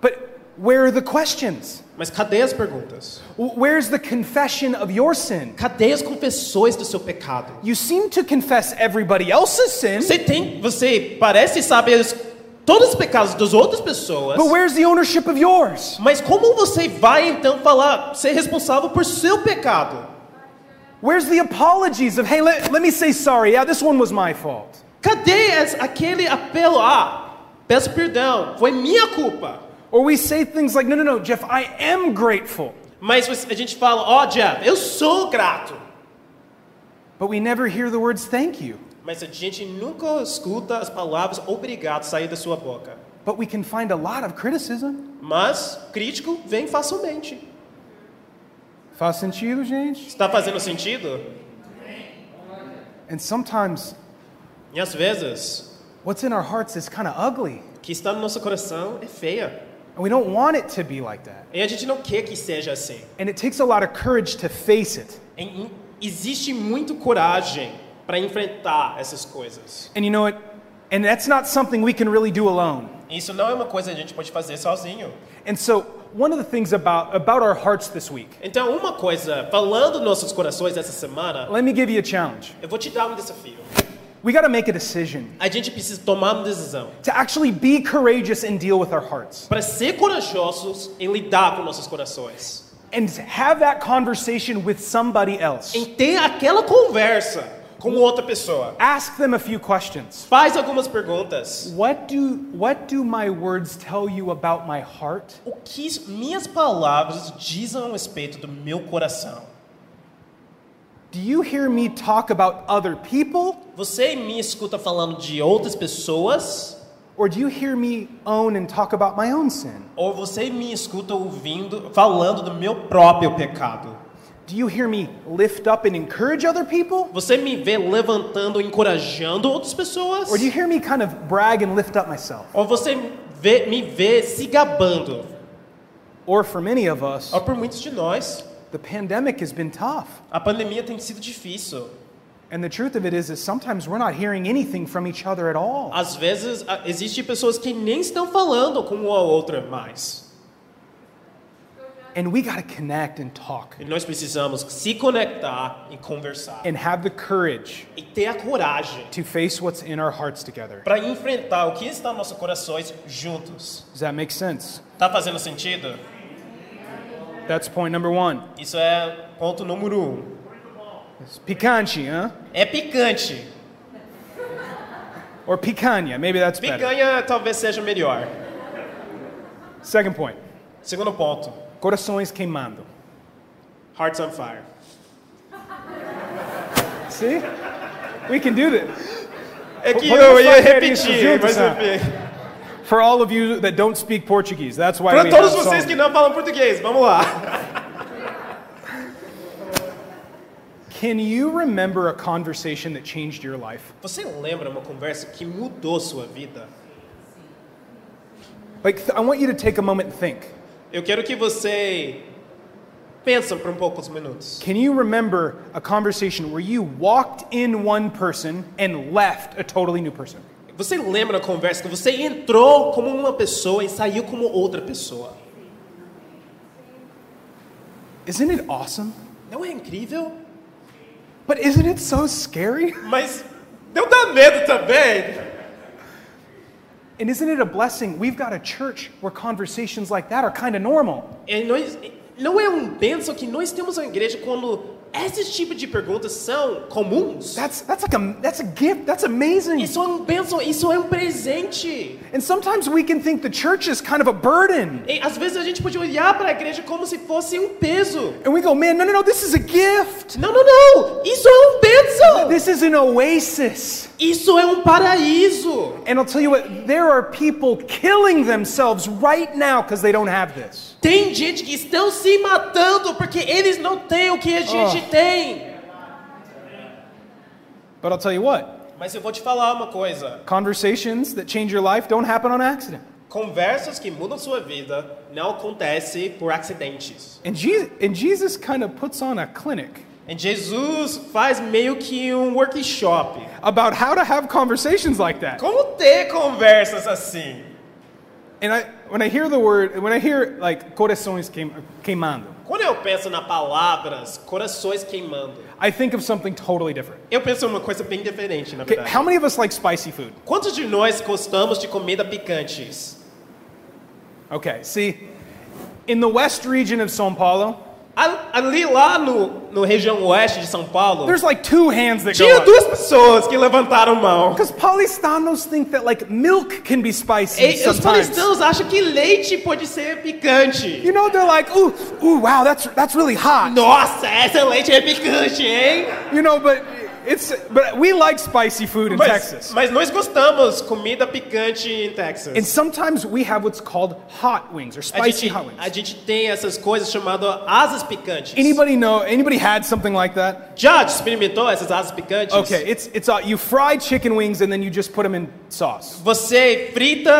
Speaker 1: But where are the questions?
Speaker 2: Mas cadê as perguntas?
Speaker 1: W- Where's the confession of your sin?
Speaker 2: Cadê as confessões do seu pecado?
Speaker 1: You seem to confess everybody else's sin,
Speaker 2: Você tem, você parece saber os- todos os pecados das outras pessoas.
Speaker 1: but where's the ownership of yours?
Speaker 2: Mas como você vai então falar, ser responsável por seu pecado?
Speaker 1: Where's the apologies of, hey, let, let me say sorry, yeah, this one was my fault?
Speaker 2: Cadê as- aquele apelo? Ah, peço perdão, foi minha culpa.
Speaker 1: Or we say things like, no, no, no, Jeff, I am grateful.
Speaker 2: Mas você- a gente fala, ó Jeff, eu sou grato.
Speaker 1: but we never hear the words thank you.
Speaker 2: Mas a gente nunca escuta as palavras obrigado sair da sua boca.
Speaker 1: But we can find a lot of criticism.
Speaker 2: Mas crítico vem facilmente.
Speaker 1: Faz sentido, gente?
Speaker 2: Está fazendo sentido?
Speaker 1: And sometimes
Speaker 2: E às vezes,
Speaker 1: what's in our hearts is kind of ugly.
Speaker 2: o que está no nosso coração é feia.
Speaker 1: And we don't want it to be like that.
Speaker 2: E a gente não quer que seja assim.
Speaker 1: And it takes a lot of courage to face it.
Speaker 2: E- e- Existe muito coragem para enfrentar essas coisas.
Speaker 1: And you know what? And that's not something we can really do alone.
Speaker 2: Isso não é uma coisa que a gente pode fazer sozinho.
Speaker 1: And so, one of the things about, about our hearts this week,
Speaker 2: Então, uma coisa, falando nossos corações essa semana,
Speaker 1: let me give you a challenge.
Speaker 2: eu vou te dar um desafio.
Speaker 1: We got to make a decision
Speaker 2: A gente precisa tomar uma decisão
Speaker 1: to actually be courageous and deal with our hearts
Speaker 2: para ser corajosos em lidar com nossos corações.
Speaker 1: and have that conversation with somebody else.
Speaker 2: Em ter aquela conversa com outra pessoa.
Speaker 1: Ask them a few questions.
Speaker 2: Faz algumas perguntas.
Speaker 1: What do, what do my words tell you about my heart?
Speaker 2: O que s- minhas palavras dizem a respeito do meu coração?
Speaker 1: Do you hear me talk about other people
Speaker 2: Você me escuta falando de outras pessoas?
Speaker 1: or do you hear me own and talk about my own sin?
Speaker 2: Ou você me escuta ouvindo, falando do meu próprio pecado?
Speaker 1: Do you hear me lift up and encourage other people?
Speaker 2: Você me vê levantando, encorajando outras pessoas?
Speaker 1: Or do you hear me kind of brag and lift up myself?
Speaker 2: Ou você vê- me vê se gabando?
Speaker 1: Or for many of us,
Speaker 2: Ou por muitos de nós,
Speaker 1: the pandemic has been tough.
Speaker 2: a pandemia tem sido difícil.
Speaker 1: And the truth of it is, is sometimes we're not hearing anything from each other at all.
Speaker 2: Às vezes, a- existem pessoas que nem estão falando com uma outra mais.
Speaker 1: And we got to connect and talk
Speaker 2: E nós precisamos se conectar e conversar.
Speaker 1: and have the courage
Speaker 2: E ter a coragem
Speaker 1: to face what's in our hearts together.
Speaker 2: para enfrentar o que está nos nossos corações juntos.
Speaker 1: Does that make sense?
Speaker 2: Tá fazendo sentido?
Speaker 1: That's point number one.
Speaker 2: Isso é ponto número um.
Speaker 1: It's picanchi, huh?
Speaker 2: É picante.
Speaker 1: Or picanha. Maybe that's better.
Speaker 2: Picanha talvez seja melhor.
Speaker 1: Second point.
Speaker 2: Segundo ponto.
Speaker 1: Corações queimando.
Speaker 2: Hearts on fire.
Speaker 1: See? We can do this.
Speaker 2: É que
Speaker 1: Podemos
Speaker 2: eu ia
Speaker 1: fazer isso
Speaker 2: repetir,
Speaker 1: juntos,
Speaker 2: mas
Speaker 1: né?
Speaker 2: enfim.
Speaker 1: For all of you that don't speak Portuguese, that's why
Speaker 2: Para
Speaker 1: we
Speaker 2: todos
Speaker 1: have
Speaker 2: vocês
Speaker 1: songs.
Speaker 2: que não falam português, vamos lá.
Speaker 1: Can you remember a conversation that changed your life?
Speaker 2: Você lembra uma conversa que mudou sua vida?
Speaker 1: Like, th- I want you to take a moment and think.
Speaker 2: Eu quero que você pense por um poucos minutos.
Speaker 1: Can you remember a conversation where you walked in one person and left a totally new person?
Speaker 2: Você lembra a conversa que você entrou como uma pessoa e saiu como outra pessoa?
Speaker 1: Isn't it awesome?
Speaker 2: Não é incrível?
Speaker 1: But isn't it so scary?
Speaker 2: Mas não dá medo também?
Speaker 1: And isn't it a blessing? We've got a church where conversations like that are kind of normal.
Speaker 2: É, nós, não é um bênção que nós temos na igreja quando esses tipos de perguntas são comuns?
Speaker 1: That's, that's like a, that's a gift. That's amazing.
Speaker 2: Isso é um bênção, isso é um presente.
Speaker 1: And sometimes we can think the church is kind of a burden.
Speaker 2: E, às vezes a gente pode olhar para a igreja como se fosse um peso.
Speaker 1: And we go, man, no, no, no, this is a gift.
Speaker 2: Não, não, não! Isso é um bênção!
Speaker 1: This is an oasis.
Speaker 2: Isso é um paraíso!
Speaker 1: And I'll tell you what, there are people killing themselves right now because they don't have this.
Speaker 2: Tem gente que estão se matando porque eles não têm o que a gente tem.
Speaker 1: But I'll tell you what,
Speaker 2: Mas eu vou te falar uma coisa:
Speaker 1: conversations that change your life don't happen on accident.
Speaker 2: conversas que mudam sua vida não acontecem por acidentes.
Speaker 1: And Jesus, and Jesus kind of puts on a clinic
Speaker 2: E Jesus faz meio que um workshop.
Speaker 1: about how to have conversations like that.
Speaker 2: Como ter conversas assim?
Speaker 1: And I, when I hear the word, when I hear like corazones queim- queimando,
Speaker 2: Quando eu penso na palavras corações queimando,
Speaker 1: I think of something totally different.
Speaker 2: eu penso em uma coisa bem diferente, na
Speaker 1: Okay,
Speaker 2: verdade.
Speaker 1: how many of us like spicy food?
Speaker 2: Quantos de nós gostamos de comida picantes?
Speaker 1: Okay, see, in the west region of São Paulo,
Speaker 2: A- Ali lá no, no região oeste de São Paulo,
Speaker 1: there's like two hands that go
Speaker 2: Tinha
Speaker 1: up.
Speaker 2: duas pessoas que levantaram mão.
Speaker 1: Because Paulistanos think that like milk can be spicy
Speaker 2: E, os
Speaker 1: assim, sometimes.
Speaker 2: paulistanos acham que leite pode ser picante.
Speaker 1: You know, they're like, ooh, ooh, wow, that's that's really hot.
Speaker 2: Nossa, essa leite é picante, hein?
Speaker 1: You know, but It's, but we like spicy food in
Speaker 2: Mas,
Speaker 1: Texas.
Speaker 2: mas nós gostamos comida picante em Texas.
Speaker 1: And sometimes we have what's called hot wings or
Speaker 2: A
Speaker 1: spicy
Speaker 2: gente,
Speaker 1: hot
Speaker 2: a
Speaker 1: wings.
Speaker 2: gente tem essas coisas chamadas asas picantes.
Speaker 1: Anybody know? Anybody had something like that?
Speaker 2: Já experimentou essas asas picantes?
Speaker 1: Okay, it's it's uh, you fry chicken wings and then you just put them in sauce.
Speaker 2: Você frita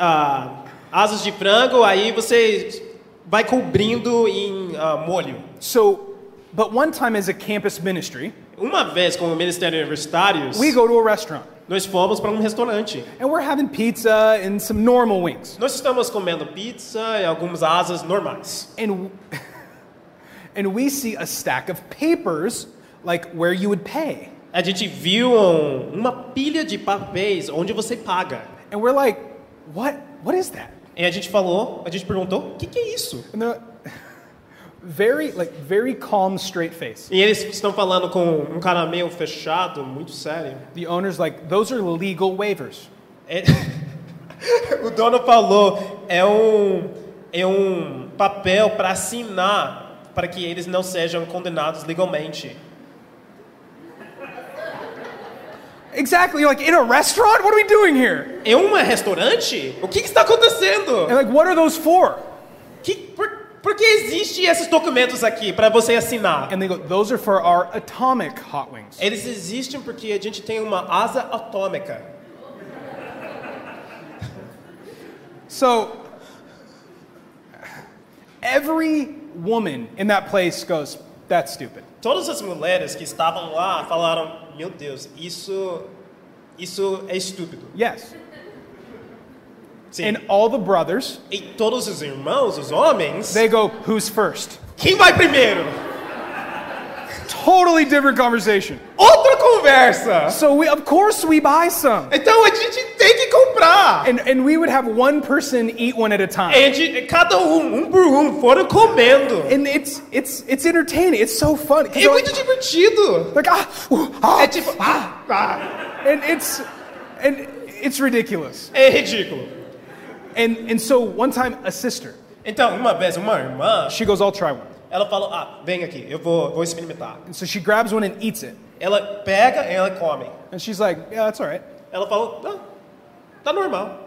Speaker 2: ah, asas de frango, aí você vai cobrindo em ah, molho.
Speaker 1: So, but one time as a campus ministry,
Speaker 2: Uma vez, como Ministério Universitários,
Speaker 1: we go to a restaurant
Speaker 2: nós fomos para um restaurante.
Speaker 1: and we're having pizza and some normal wings.
Speaker 2: Nós estamos comendo pizza e algumas asas normais.
Speaker 1: And *laughs* w- and we see a stack of papers like where you would pay.
Speaker 2: A gente viu um- uma pilha de papéis onde você paga.
Speaker 1: And we're like, "What what is that?"
Speaker 2: E a gente falou, a gente perguntou, o que, que é isso?
Speaker 1: And they're very like very calm straight face.
Speaker 2: E eles estão falando com um cara meio fechado, muito sério.
Speaker 1: The owner's like, "Those are legal waivers."
Speaker 2: É- *laughs* o dono falou, é um, é um papel para assinar para que eles não sejam condenados legalmente.
Speaker 1: Exactly. You're like, in a restaurant? What are we doing here?
Speaker 2: É um restaurante? O que, que está acontecendo?
Speaker 1: And like, what are those for?
Speaker 2: Que, por, por que existem esses documentos aqui para você assinar?
Speaker 1: And they go, those are for our atomic hot wings.
Speaker 2: Eles existem porque a gente tem uma asa atômica.
Speaker 1: So every woman in that place goes, that's stupid.
Speaker 2: Todas as mulheres que estavam lá falaram: Meu Deus, isso, isso é estúpido.
Speaker 1: Yes.
Speaker 2: Sim.
Speaker 1: And all the brothers,
Speaker 2: E todos os irmãos, os homens,
Speaker 1: they go, who's first?
Speaker 2: quem vai primeiro?
Speaker 1: Totally different conversation.
Speaker 2: Outra conversa.
Speaker 1: So we, of course we buy some.
Speaker 2: Então a gente tem que comprar.
Speaker 1: And, and we would have one person eat one at a time.
Speaker 2: E de- cada um, um por um, foram comendo.
Speaker 1: And it's, it's, it's entertaining. It's so fun. 'Cause
Speaker 2: É
Speaker 1: they're
Speaker 2: muito
Speaker 1: Like,
Speaker 2: divertido.
Speaker 1: like, ah, ooh, ah,
Speaker 2: É tipo, ah, ah.
Speaker 1: and it's and it's ridiculous.
Speaker 2: É ridículo.
Speaker 1: And and so one time a sister,
Speaker 2: Então, uma vez, uma irmã,
Speaker 1: she goes, "I'll try one."
Speaker 2: ela falou, ah, vem aqui, eu vou, vou experimentar.
Speaker 1: And so she grabs one and eats it.
Speaker 2: Ela pega e ela come.
Speaker 1: And she's like, "Yeah, that's all right."
Speaker 2: Ela falou, não, tá normal.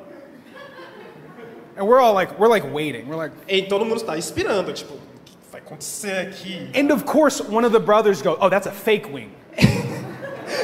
Speaker 1: And we're all like, we're like waiting. We're like,
Speaker 2: E todo mundo está esperando, tipo, o que vai acontecer aqui?
Speaker 1: and of course one of the brothers goes, "Oh, that's a fake wing."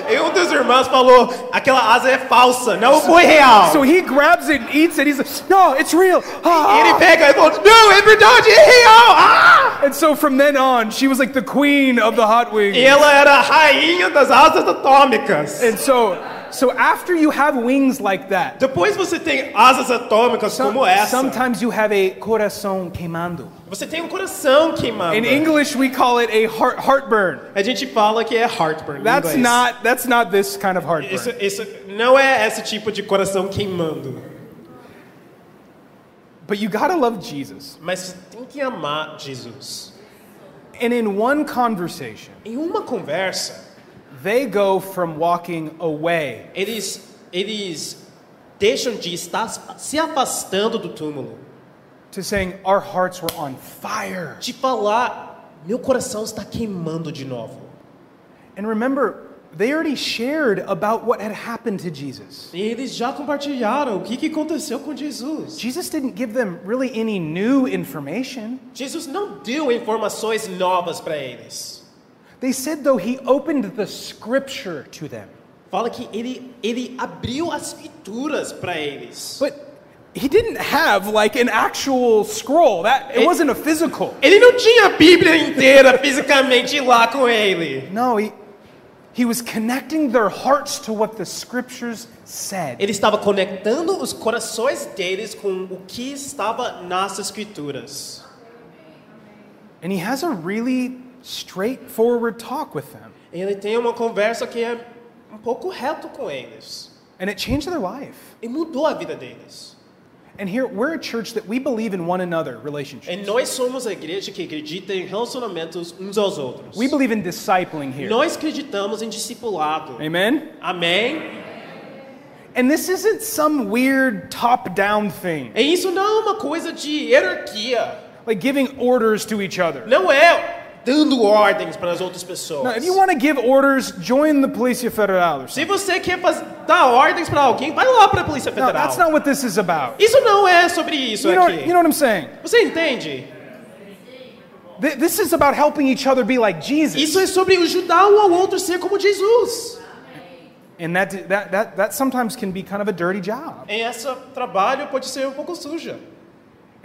Speaker 2: E um dos irmãos falou, aquela asa é falsa, não foi real.
Speaker 1: So he grabs it and eats it. He's like, "No, it's real."
Speaker 2: E ele
Speaker 1: Ah.
Speaker 2: pega e falou, não, é verdade, é real. Ah!
Speaker 1: And so from then on, she was like the queen of the hot
Speaker 2: E
Speaker 1: wings.
Speaker 2: ela era a rainha das asas atômicas.
Speaker 1: And so so after you have wings like that,
Speaker 2: Depois você tem asas atômicas como essa.
Speaker 1: sometimes you have a corazón quemando.
Speaker 2: Você tem um coração queimando.
Speaker 1: In English, we call it a heart heartburn.
Speaker 2: A gente fala que é heartburn. em
Speaker 1: That's
Speaker 2: inglês.
Speaker 1: not that's not this kind of heartburn.
Speaker 2: Isso, isso não é esse tipo de coração queimando.
Speaker 1: But you gotta love Jesus.
Speaker 2: Mas você tem que amar Jesus.
Speaker 1: And in one conversation,
Speaker 2: Em uma conversa,
Speaker 1: they go from walking away
Speaker 2: eles, eles deixam de estar se afastando do túmulo,
Speaker 1: to saying our hearts were on fire.
Speaker 2: de falar: Tipo, "Ah meu coração está queimando de novo.
Speaker 1: And remember, they already shared about what had happened to Jesus.
Speaker 2: E eles já compartilharam o que, que aconteceu com Jesus.
Speaker 1: Jesus didn't give them really any new information.
Speaker 2: Jesus não deu informações novas para eles.
Speaker 1: They said, though, he opened the scripture to them.
Speaker 2: Fala que ele, ele abriu as escrituras para eles.
Speaker 1: But he didn't have like an actual scroll. That it
Speaker 2: It-
Speaker 1: wasn't a physical.
Speaker 2: Ele não tinha a Bíblia inteira fisicamente lá com ele.
Speaker 1: No, he, he was connecting their hearts to what the scriptures said.
Speaker 2: Ele estava conectando os corações deles com o que estava nas escrituras.
Speaker 1: and he has a really straightforward talk with them.
Speaker 2: Ele tem uma conversa que é um pouco reto com eles.
Speaker 1: And it changed their life.
Speaker 2: E mudou a vida deles.
Speaker 1: And here, we're a church that we believe in one another relationships.
Speaker 2: E nós somos a igreja que acredita em relacionamentos uns aos outros.
Speaker 1: we believe in discipling here.
Speaker 2: Nós acreditamos em discipulado.
Speaker 1: Amen?
Speaker 2: Amém?
Speaker 1: And this isn't some weird top down thing,
Speaker 2: E isso não é uma coisa de hierarquia.
Speaker 1: like giving orders to each other.
Speaker 2: Não é dando ordens para as outras
Speaker 1: Now,
Speaker 2: pessoas.
Speaker 1: if you want to give orders, join the Policia Federal or something.
Speaker 2: Se você quer faz- dar ordens para alguém, vai lá para a Polícia
Speaker 1: No,
Speaker 2: Federal.
Speaker 1: that's not what this is about.
Speaker 2: Isso não é sobre isso
Speaker 1: You know,
Speaker 2: aqui.
Speaker 1: you know what I'm saying?
Speaker 2: Você entende?
Speaker 1: Th- This is about helping each other be like Jesus.
Speaker 2: Isso é sobre ajudar um ao outro a ser como Jesus.
Speaker 1: And that, that, that, that sometimes can be kind of a dirty job.
Speaker 2: E esse trabalho pode ser um pouco suja.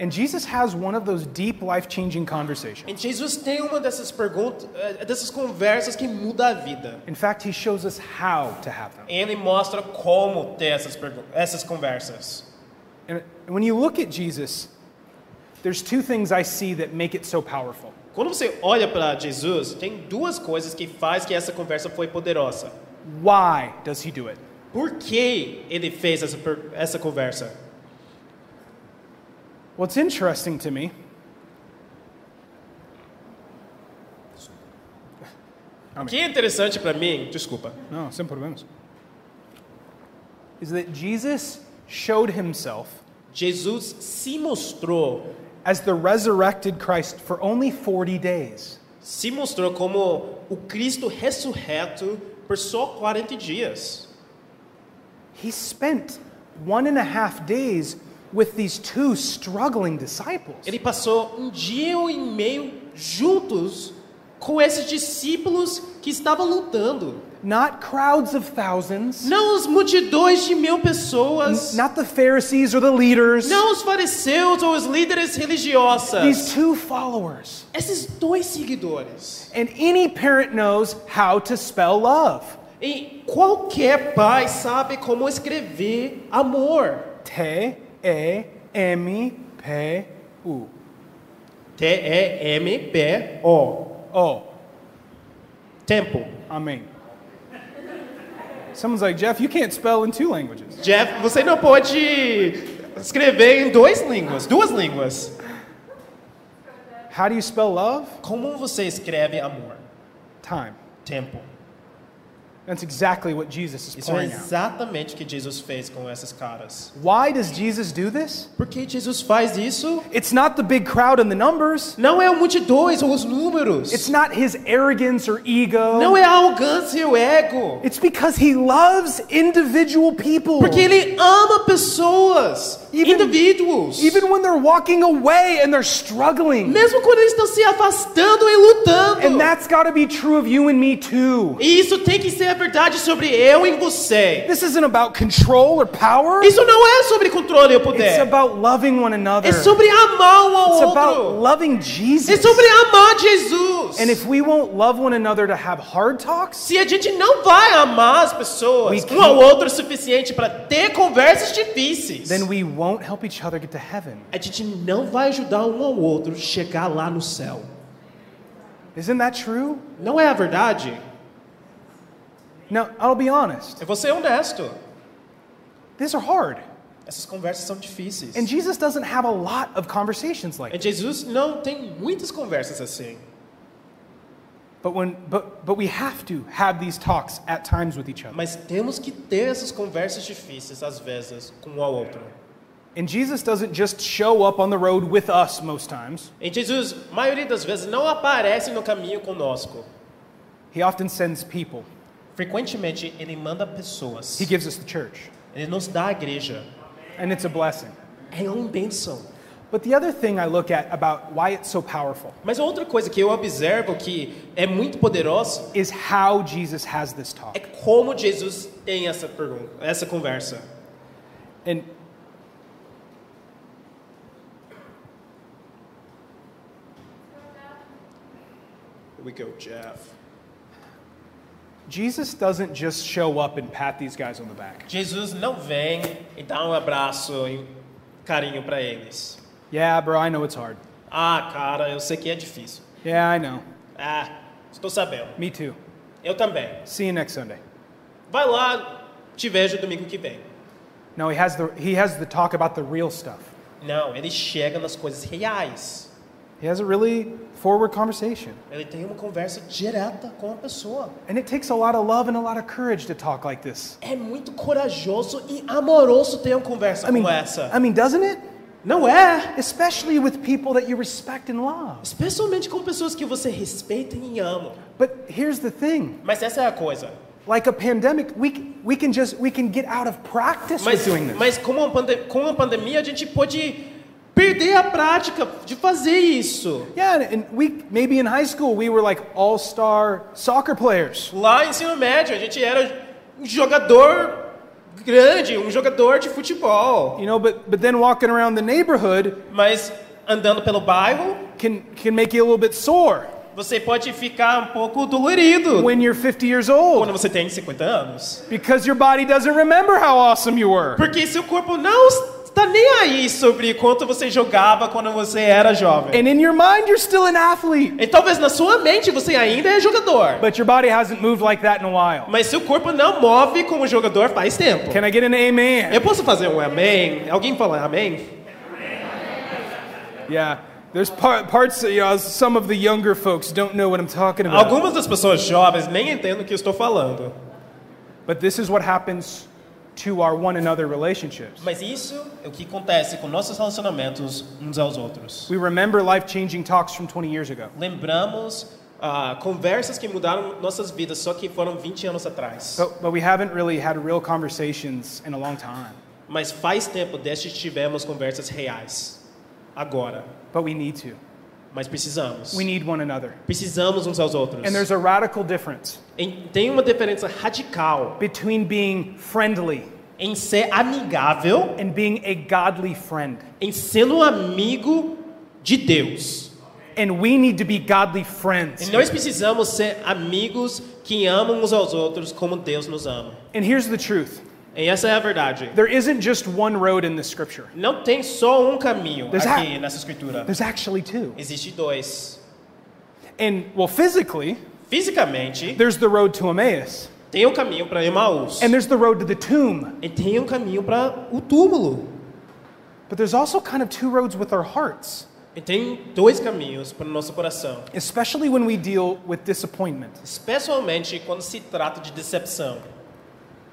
Speaker 1: And Jesus has one of those deep, life changing conversations.
Speaker 2: E Jesus tem uma dessas perguntas, eh, dessas conversas que muda a vida.
Speaker 1: In fact, he shows us how to have them.
Speaker 2: Ele mostra como ter essas, pergun- essas conversas.
Speaker 1: And when you look at Jesus, there's two things I see that make it so powerful.
Speaker 2: Quando você olha para Jesus, tem duas coisas que faz que essa conversa foi poderosa.
Speaker 1: Why does he do it?
Speaker 2: Por que ele fez essa, per- essa conversa?
Speaker 1: What's interesting to me.
Speaker 2: O que é interessante para mim, desculpa,
Speaker 1: No, sin problemas. Is that Jesus showed himself
Speaker 2: Jesus se mostrou,
Speaker 1: as the resurrected Christ for only 40 days.
Speaker 2: se mostrou como o Cristo ressurreto por só 40 dias.
Speaker 1: He spent one and a half days with these two struggling disciples.
Speaker 2: Ele passou um dia e meio juntos com esses discípulos que estavam lutando.
Speaker 1: Not crowds of thousands,
Speaker 2: Não as multidões de mil
Speaker 1: n-
Speaker 2: pessoas,
Speaker 1: not the Pharisees or the leaders.
Speaker 2: não os fariseus ou os líderes religiosas.
Speaker 1: These two followers.
Speaker 2: Esses dois seguidores.
Speaker 1: And any parent knows how to spell love.
Speaker 2: E qualquer pai sabe como escrever amor.
Speaker 1: Te, e, emi, pe, u.
Speaker 2: T-E-M-P-O.
Speaker 1: Oh,
Speaker 2: Tempo.
Speaker 1: Amém. Someone's like, Jeff, you can't spell in two languages.
Speaker 2: Jeff, você não pode escrever em dois línguas, duas línguas.
Speaker 1: How do you spell love?
Speaker 2: Como você escreve amor?
Speaker 1: Time.
Speaker 2: Tempo.
Speaker 1: That's exactly what Jesus is
Speaker 2: Isso é
Speaker 1: pouring out.
Speaker 2: exatamente o que Jesus fez com esses caras.
Speaker 1: Why does Jesus do this?
Speaker 2: Por que Jesus faz isso?
Speaker 1: It's not the big crowd and the numbers.
Speaker 2: Não é o multidões ou os números.
Speaker 1: It's not his arrogance or ego.
Speaker 2: Não é a arrogância e o ego.
Speaker 1: It's because he loves individual people.
Speaker 2: Porque ele ama pessoas,
Speaker 1: Even-
Speaker 2: indivíduos.
Speaker 1: Even when they're walking away and they're struggling.
Speaker 2: Mesmo quando eles estão se afastando e lutando.
Speaker 1: And that's got to be true of you and me too.
Speaker 2: E isso tem que ser a verdade sobre eu e você.
Speaker 1: This isn't about control or power.
Speaker 2: Isso não é sobre controle e
Speaker 1: It's
Speaker 2: poder.
Speaker 1: about loving one another.
Speaker 2: É sobre amar um
Speaker 1: It's
Speaker 2: ao
Speaker 1: about
Speaker 2: outro.
Speaker 1: loving Jesus.
Speaker 2: É sobre amar Jesus.
Speaker 1: And if we won't love one another to have hard talks,
Speaker 2: Se a gente não vai amar as
Speaker 1: We
Speaker 2: pessoas
Speaker 1: can't-
Speaker 2: um ao outro o suficiente para ter conversas difíceis,
Speaker 1: then we won't help each other get to heaven.
Speaker 2: a gente não vai ajudar um ao outro chegar lá no céu.
Speaker 1: Isn't that true?
Speaker 2: Não é a verdade?
Speaker 1: Now, I'll be honest.
Speaker 2: Eu vou ser honesto.
Speaker 1: These are hard.
Speaker 2: Essas conversas são difíceis.
Speaker 1: And Jesus doesn't have a lot of conversations like
Speaker 2: E
Speaker 1: that.
Speaker 2: Jesus não tem muitas conversas assim.
Speaker 1: But when but but we have to have these talks at times with each other.
Speaker 2: Mas temos que ter essas conversas difíceis, às vezes, com um ao outro.
Speaker 1: And Jesus doesn't just show up on the road with us most times.
Speaker 2: E Jesus, a maioria das vezes, não aparece no caminho conosco.
Speaker 1: He often sends people.
Speaker 2: Frequentemente, ele manda pessoas.
Speaker 1: He gives us the church.
Speaker 2: Ele nos dá a igreja.
Speaker 1: And it's a blessing.
Speaker 2: É uma bênção.
Speaker 1: But the other thing I look at about why it's so powerful
Speaker 2: Mas outra coisa que eu observo que é muito poderosa
Speaker 1: is how Jesus has this talk.
Speaker 2: é como Jesus tem essa pergunta, essa conversa.
Speaker 1: And
Speaker 2: Here we go, Jeff.
Speaker 1: Jesus doesn't just show up and pat these guys on the back.
Speaker 2: Jesus não vem e dá um abraço e carinho para eles.
Speaker 1: Yeah, bro, I know it's hard.
Speaker 2: Ah, cara, eu sei que é difícil.
Speaker 1: Yeah, I know.
Speaker 2: Ah, estou sabendo.
Speaker 1: Me too.
Speaker 2: Eu também.
Speaker 1: See you next Sunday.
Speaker 2: Vai lá, te vejo domingo que vem.
Speaker 1: No, he has the he has the talk about the real stuff.
Speaker 2: Não, ele chega nas coisas reais.
Speaker 1: He has a really forward conversation.
Speaker 2: Ele tem uma conversa direta com a pessoa.
Speaker 1: And it takes a lot of love and a lot of courage to talk like this.
Speaker 2: É muito corajoso e amoroso ter uma conversa
Speaker 1: I mean,
Speaker 2: como essa.
Speaker 1: I mean, doesn't it?
Speaker 2: Não é!
Speaker 1: especially with people that you respect and love.
Speaker 2: Especialmente com pessoas que você respeita e ama.
Speaker 1: But here's the thing
Speaker 2: Mas essa é a coisa.
Speaker 1: like a pandemic, we, c- we can just we can get out of practice
Speaker 2: Mas,
Speaker 1: with doing this.
Speaker 2: mas com, a pande- com a pandemia a gente pode perder a prática de fazer isso.
Speaker 1: yeah, and and we maybe in high school we were like all-star soccer players.
Speaker 2: Lá no ensino médio a gente era um jogador grande, um jogador de futebol.
Speaker 1: You know, but but then walking around the neighborhood
Speaker 2: Mas andando pelo bairro,
Speaker 1: can can make you a little bit sore
Speaker 2: você pode ficar um pouco dolorido
Speaker 1: when you're 50 years
Speaker 2: quando
Speaker 1: old
Speaker 2: você tem 50 anos.
Speaker 1: because your body doesn't remember how awesome you were.
Speaker 2: Porque seu corpo não está nem aí sobre quanto você jogava quando você era jovem.
Speaker 1: And in your mind you're still an athlete,
Speaker 2: E talvez na sua mente você ainda é jogador.
Speaker 1: but your body hasn't moved like that in a while.
Speaker 2: Mas seu corpo não move como jogador faz tempo.
Speaker 1: Can I get an amen?
Speaker 2: Eu posso fazer um amém? Alguém fala amém?
Speaker 1: Yeah. There's par- parts that you know, some of the younger folks don't know what I'm talking about.
Speaker 2: Algumas das pessoas jovens nem entendem o que eu estou falando.
Speaker 1: But this is what happens to our one another relationships.
Speaker 2: Mas isso é o que acontece com nossos relacionamentos uns aos outros.
Speaker 1: We remember life changing talks from 20 years ago,
Speaker 2: Lembramos ah, conversas que mudaram nossas vidas, só que foram 20 anos atrás.
Speaker 1: but, but we haven't really had real conversations in a long time.
Speaker 2: Mas faz tempo desde que tivemos conversas reais. Agora.
Speaker 1: But we need to.
Speaker 2: Mas precisamos.
Speaker 1: We need one another.
Speaker 2: Precisamos uns aos outros.
Speaker 1: And there's a radical difference
Speaker 2: Em- Tem uma diferença radical
Speaker 1: between being friendly
Speaker 2: em ser amigável,
Speaker 1: and being a godly friend.
Speaker 2: em ser um amigo de Deus.
Speaker 1: And we need to be godly
Speaker 2: E
Speaker 1: friends.
Speaker 2: nós precisamos ser amigos que amam uns aos outros como Deus nos ama.
Speaker 1: And here's the truth
Speaker 2: E essa é a verdade.
Speaker 1: there isn't just one road in the scripture,
Speaker 2: Não tem só um caminho
Speaker 1: There's
Speaker 2: aqui
Speaker 1: a-
Speaker 2: nessa escritura.
Speaker 1: there's actually two.
Speaker 2: Existe dois.
Speaker 1: And well, physically,
Speaker 2: Fisicamente,
Speaker 1: there's the road to Emmaus,
Speaker 2: tem um caminho para Emaús.
Speaker 1: and there's the road to the tomb.
Speaker 2: E tem um caminho para o túmulo.
Speaker 1: But there's also kind of two roads with our hearts,
Speaker 2: E tem dois caminhos para o nosso coração.
Speaker 1: especially when we deal with disappointment.
Speaker 2: Especialmente quando se trata de decepção.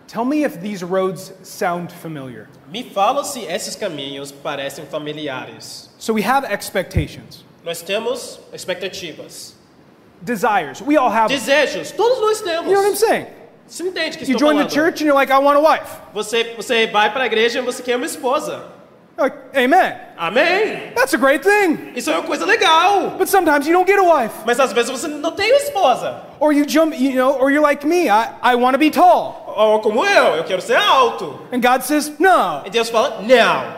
Speaker 1: Tell me if these roads sound familiar.
Speaker 2: Me fala se esses caminhos parecem familiares.
Speaker 1: So we have expectations,
Speaker 2: Nós temos expectativas.
Speaker 1: desires. We all have. You
Speaker 2: Desejos. Todos nós temos.
Speaker 1: know what I'm saying?
Speaker 2: Você entende o que
Speaker 1: You
Speaker 2: estou
Speaker 1: join the
Speaker 2: falando?
Speaker 1: church and you're like, I want a wife.
Speaker 2: Você, você vai para a igreja e você quer uma esposa.
Speaker 1: You're like, Amen.
Speaker 2: Amém?
Speaker 1: That's a great thing.
Speaker 2: Isso é uma coisa legal.
Speaker 1: But sometimes you don't get a wife,
Speaker 2: Mas às vezes você não tem uma esposa.
Speaker 1: or you jump, you know, or you're like me. I, I want to be tall,
Speaker 2: Ou como eu, eu quero ser alto.
Speaker 1: and God says no,
Speaker 2: E Deus fala, não.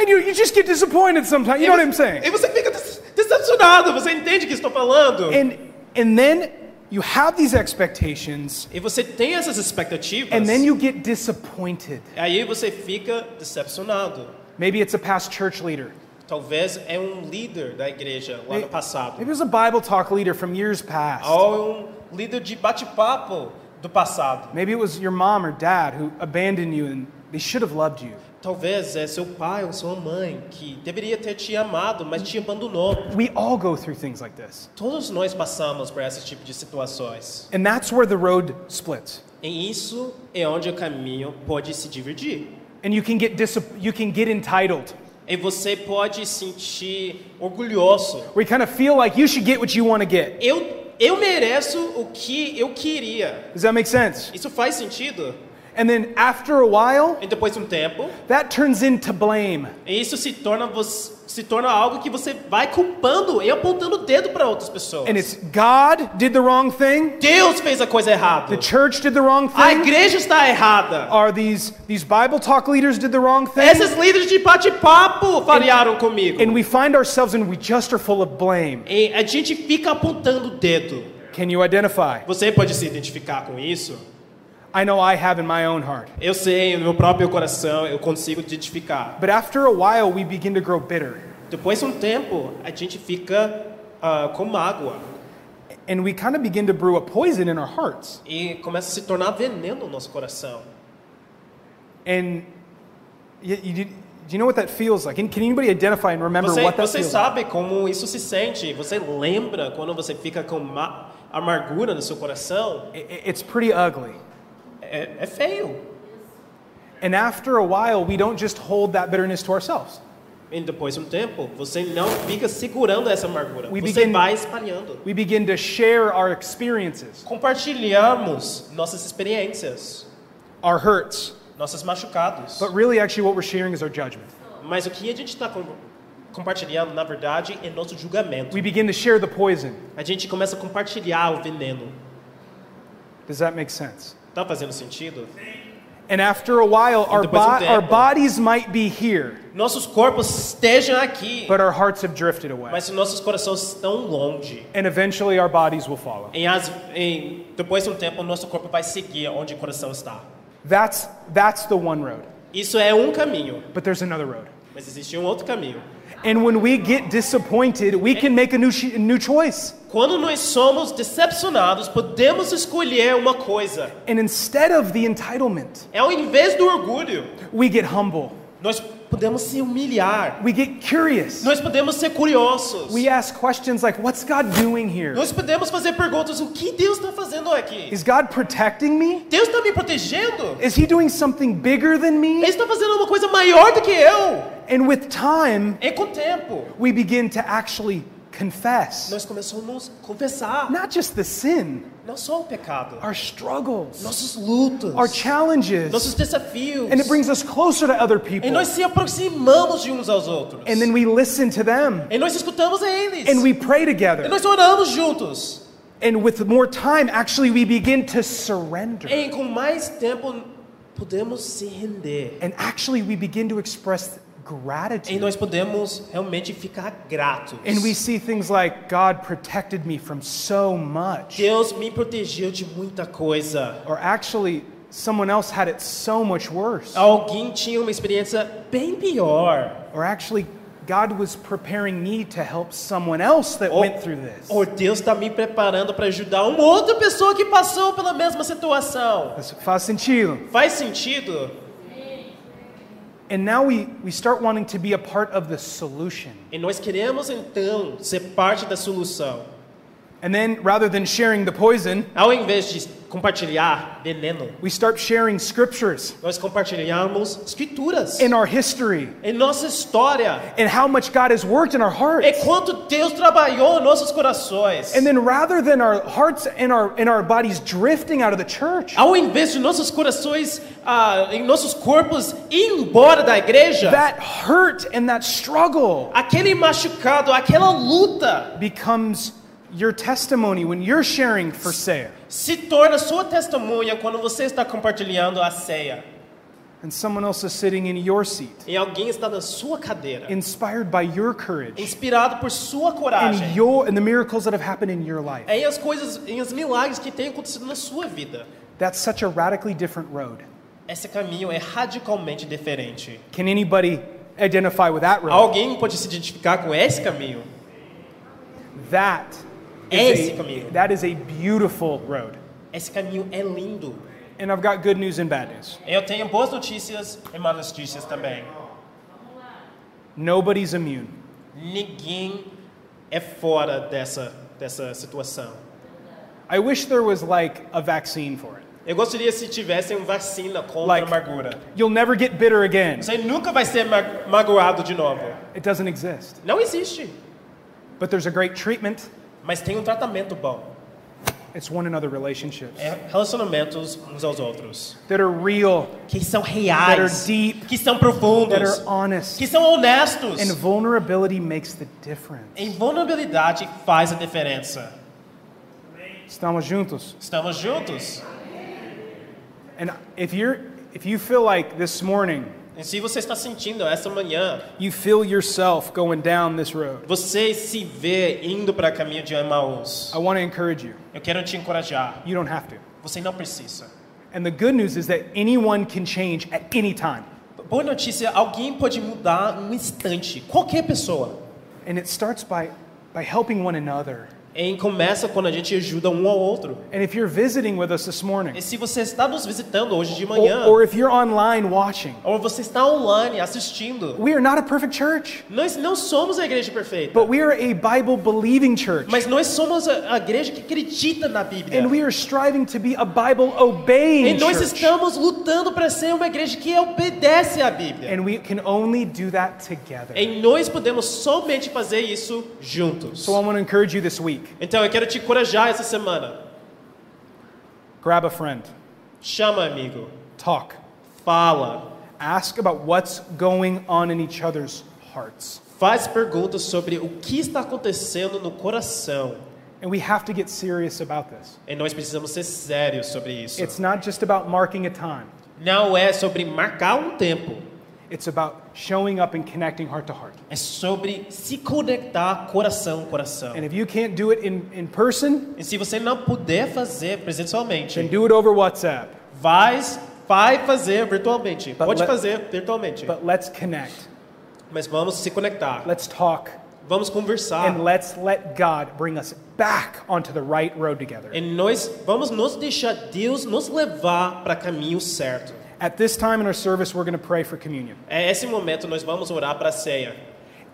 Speaker 1: and you, you just get disappointed sometimes. You know what I'm
Speaker 2: E
Speaker 1: saying?
Speaker 2: você fica des- decepcionado. Você entende o que estou falando?
Speaker 1: And and then you have these expectations,
Speaker 2: E você tem essas expectativas.
Speaker 1: and then you get disappointed.
Speaker 2: Aí você fica decepcionado.
Speaker 1: Maybe it's a past church leader.
Speaker 2: Talvez é um líder da igreja lá no
Speaker 1: Maybe it
Speaker 2: passado.
Speaker 1: was a Bible talk leader from years past.
Speaker 2: Ou é um líder de bate-papo do passado.
Speaker 1: Maybe it was your mom or dad who abandoned you and they should have loved you.
Speaker 2: Talvez é seu pai ou sua mãe que deveria ter te amado, mas te abandonou.
Speaker 1: We all go through things like this.
Speaker 2: Todos nós passamos por esse tipo de situações.
Speaker 1: And that's where the road splits.
Speaker 2: E isso é onde o caminho pode se dividir.
Speaker 1: And you can get dis- you can get entitled.
Speaker 2: E você pode sentir orgulhoso.
Speaker 1: Where you kind of feel like you should get what you want to get.
Speaker 2: Eu, eu mereço o que eu queria.
Speaker 1: Does that make sense?
Speaker 2: Isso faz sentido?
Speaker 1: And then after a while,
Speaker 2: E depois de um tempo,
Speaker 1: that turns into blame.
Speaker 2: isso se torna, você, se torna algo que você vai culpando e apontando o dedo para outras pessoas.
Speaker 1: And it's God did the wrong thing,
Speaker 2: Deus fez a coisa errada.
Speaker 1: the church did the wrong
Speaker 2: A
Speaker 1: thing,
Speaker 2: igreja está errada.
Speaker 1: are these these Bible talk leaders did the wrong thing?
Speaker 2: Esses líderes de bate-papo variaram comigo.
Speaker 1: And we find ourselves and we just are full of blame.
Speaker 2: E a gente fica apontando o dedo.
Speaker 1: Can you identify?
Speaker 2: Você pode se identificar com isso?
Speaker 1: I know I have in my own heart.
Speaker 2: Eu sei, no meu próprio coração, eu consigo identificar.
Speaker 1: But after a while, we begin to grow bitter
Speaker 2: Depois de um tempo, a gente fica ah, com mágoa.
Speaker 1: and we kind of begin to brew a poison in our hearts.
Speaker 2: E começa a se tornar veneno no nosso coração.
Speaker 1: And you, you, do you know what that feels like? And can anybody identify and remember
Speaker 2: Você,
Speaker 1: what that
Speaker 2: você
Speaker 1: feels like?
Speaker 2: sabe como isso se sente. Você lembra quando você fica com ma- amargura no seu coração?
Speaker 1: I- i- It's pretty ugly.
Speaker 2: É, é feio.
Speaker 1: And after a while, we don't just hold that bitterness to ourselves.
Speaker 2: E depois de um tempo, você não fica segurando essa amargura.
Speaker 1: We
Speaker 2: você
Speaker 1: begin-
Speaker 2: vai espalhando.
Speaker 1: We begin to share our experiences,
Speaker 2: Compartilhamos nossas experiências,
Speaker 1: our hurts,
Speaker 2: nossos machucados.
Speaker 1: but really, actually, what we're sharing is our judgment.
Speaker 2: Mas o que a gente está compartilhando, na verdade, é nosso julgamento.
Speaker 1: We begin to share the poison.
Speaker 2: A gente começa a compartilhar o veneno.
Speaker 1: Does that make sense?
Speaker 2: Tá fazendo sentido?
Speaker 1: And after a while, our,
Speaker 2: Depois de um
Speaker 1: bo- our
Speaker 2: tempo.
Speaker 1: bodies might be here,
Speaker 2: Nossos corpos estejam aqui,
Speaker 1: but our hearts have drifted away.
Speaker 2: mas nossos corações estão longe.
Speaker 1: And eventually, our bodies will follow.
Speaker 2: Em, as- em- depois de um tempo, o nosso corpo vai seguir onde o coração está.
Speaker 1: That's, that's the one road.
Speaker 2: Isso é um caminho,
Speaker 1: But there's another road.
Speaker 2: mas existe um outro caminho.
Speaker 1: And when we get disappointed, we can make a new, sh- new choice.
Speaker 2: Quando nós somos decepcionados, podemos escolher uma coisa.
Speaker 1: And instead of the entitlement,
Speaker 2: É ao invés do orgulho,
Speaker 1: we get humble.
Speaker 2: nós podemos se humilhar.
Speaker 1: We get curious.
Speaker 2: Nós podemos ser curiosos.
Speaker 1: We ask questions like, What's God doing here?
Speaker 2: Nós podemos fazer perguntas: o que Deus está fazendo aqui?
Speaker 1: Is God protecting me?
Speaker 2: Deus está me protegendo?
Speaker 1: Is He doing something bigger than me?
Speaker 2: Ele está fazendo uma coisa maior do que eu.
Speaker 1: And with time,
Speaker 2: É com o tempo.
Speaker 1: we begin to actually confess
Speaker 2: Nós começamos a confessar
Speaker 1: not just the sin,
Speaker 2: não só o pecado,
Speaker 1: our struggles,
Speaker 2: nossos lutos,
Speaker 1: our challenges.
Speaker 2: nossos desafios.
Speaker 1: And it brings us closer to other people.
Speaker 2: E nós se aproximamos de uns aos outros.
Speaker 1: And then we listen to them.
Speaker 2: E nós escutamos a eles.
Speaker 1: And we pray
Speaker 2: E
Speaker 1: together.
Speaker 2: nós oramos juntos.
Speaker 1: And with more time, actually, we begin to surrender.
Speaker 2: E com mais tempo podemos se render.
Speaker 1: And actually, we begin to express
Speaker 2: E
Speaker 1: gratitude.
Speaker 2: nós podemos realmente ficar gratos.
Speaker 1: And we see things like God protected me from so much.
Speaker 2: Deus me protegeu de muita coisa.
Speaker 1: Or actually, someone else had it so much worse.
Speaker 2: Oh. Alguém tinha uma experiência bem pior.
Speaker 1: Or actually, God was preparing me to help someone else that went through this.
Speaker 2: Ou Deus está me preparando para ajudar uma outra pessoa que passou pela mesma situação.
Speaker 1: Isso Faz sentido.
Speaker 2: Faz sentido?
Speaker 1: And now we, we start wanting to be a part of the solution.
Speaker 2: E nós queremos então ser parte da solução.
Speaker 1: And then rather than sharing the poison,
Speaker 2: Ao invés de compartilhar veneno,
Speaker 1: we start sharing scriptures
Speaker 2: nós compartilhamos escrituras.
Speaker 1: in our history
Speaker 2: Em nossa história.
Speaker 1: and how much God has worked in our hearts.
Speaker 2: É quanto Deus trabalhou em nossos corações.
Speaker 1: And then rather than our hearts and our and our bodies drifting out of the church,
Speaker 2: Ao invés de nossos corações, ah, em nossos corpos, ir embora da igreja,
Speaker 1: that hurt and that struggle
Speaker 2: aquele machucado, aquela luta,
Speaker 1: becomes your testimony when you're sharing for sale.
Speaker 2: se torna sua testemunha quando você está compartilhando a ceia.
Speaker 1: And someone else is sitting in your seat,
Speaker 2: E alguém está na sua cadeira,
Speaker 1: inspired by your courage
Speaker 2: inspirado por sua
Speaker 1: and
Speaker 2: coragem.
Speaker 1: your and the miracles that have happened in your life.
Speaker 2: Em as coisas, em os milagres que têm acontecido na sua vida.
Speaker 1: That's such a radically different road.
Speaker 2: Esse caminho é radicalmente diferente.
Speaker 1: Can anybody identify with that road?
Speaker 2: Alguém pode se identificar com esse caminho?
Speaker 1: That
Speaker 2: Esse
Speaker 1: is a,
Speaker 2: caminho.
Speaker 1: that is a beautiful road.
Speaker 2: Esse caminho é lindo.
Speaker 1: And I've got good news and bad news.
Speaker 2: Eu tenho boas notícias e más notícias também.
Speaker 1: Nobody's immune.
Speaker 2: Ninguém é fora dessa, dessa situação.
Speaker 1: I wish there was like a vaccine for it.
Speaker 2: Eu gostaria se tivessem uma vacina contra
Speaker 1: Like-
Speaker 2: a amargura.
Speaker 1: You'll never get bitter again.
Speaker 2: Você nunca vai ser ma magoado de novo.
Speaker 1: It doesn't exist.
Speaker 2: Não existe.
Speaker 1: But there's a great treatment.
Speaker 2: Mas tem um tratamento bom.
Speaker 1: It's one another relationships
Speaker 2: É relacionamentos uns aos outros.
Speaker 1: that are real,
Speaker 2: Que são
Speaker 1: that are
Speaker 2: reais.
Speaker 1: deep,
Speaker 2: Que são
Speaker 1: that
Speaker 2: profundos.
Speaker 1: are honest.
Speaker 2: Que são honestos.
Speaker 1: And vulnerability makes the difference.
Speaker 2: Em vulnerabilidade faz a diferença.
Speaker 1: Estamos juntos.
Speaker 2: Estamos juntos?
Speaker 1: And if you're if you feel like this morning
Speaker 2: E se você está sentindo essa manhã,
Speaker 1: you feel yourself going down this road,
Speaker 2: você se vê indo para o caminho de Emmaus,
Speaker 1: I want to encourage you.
Speaker 2: eu quero te encorajar.
Speaker 1: You don't have to.
Speaker 2: Você não precisa.
Speaker 1: And the good news is that anyone can change at any time.
Speaker 2: Boa notícia, alguém pode mudar um instante. Qualquer pessoa.
Speaker 1: And it starts by, by helping one another.
Speaker 2: E começa quando a gente ajuda um ao outro.
Speaker 1: And if you're visiting with us this morning,
Speaker 2: E se você está nos visitando hoje de
Speaker 1: or,
Speaker 2: manhã,
Speaker 1: or if you're online watching,
Speaker 2: ou você está online assistindo,
Speaker 1: we are not a perfect church,
Speaker 2: nós não somos a igreja perfeita,
Speaker 1: but we are a Bible believing church.
Speaker 2: mas nós somos a, a igreja que acredita na Bíblia.
Speaker 1: And we are striving to be a Bible obeying
Speaker 2: E nós
Speaker 1: church.
Speaker 2: estamos lutando para ser uma igreja que obedece à Bíblia.
Speaker 1: And we can only do that together.
Speaker 2: E nós podemos somente fazer isso juntos.
Speaker 1: So I want to encourage you this week
Speaker 2: Então eu quero te encorajar essa semana.
Speaker 1: grab a friend,
Speaker 2: Chama, amigo.
Speaker 1: talk,
Speaker 2: Fala.
Speaker 1: ask about what's going on in each other's hearts.
Speaker 2: Faz perguntas sobre o que está acontecendo no coração.
Speaker 1: And we have to get serious about this.
Speaker 2: E nós precisamos ser sérios sobre isso.
Speaker 1: It's not just about marking a time,
Speaker 2: Não é sobre marcar um tempo.
Speaker 1: it's about showing up and connecting heart to heart.
Speaker 2: É sobre se conectar coração a coração.
Speaker 1: And if you can't do it in, in person,
Speaker 2: E se você não puder fazer
Speaker 1: then
Speaker 2: presencialmente,
Speaker 1: do it over WhatsApp.
Speaker 2: vai, vai fazer virtualmente.
Speaker 1: But
Speaker 2: Pode
Speaker 1: let-
Speaker 2: fazer virtualmente.
Speaker 1: But let's connect,
Speaker 2: Mas vamos se conectar.
Speaker 1: let's talk,
Speaker 2: Vamos conversar.
Speaker 1: and let's let God bring us back onto the right road together.
Speaker 2: E É nós vamos nos deixar Deus nos levar para caminho certo.
Speaker 1: At this time in our service, we're going to pray for communion.
Speaker 2: É esse momento nós vamos orar para a ceia.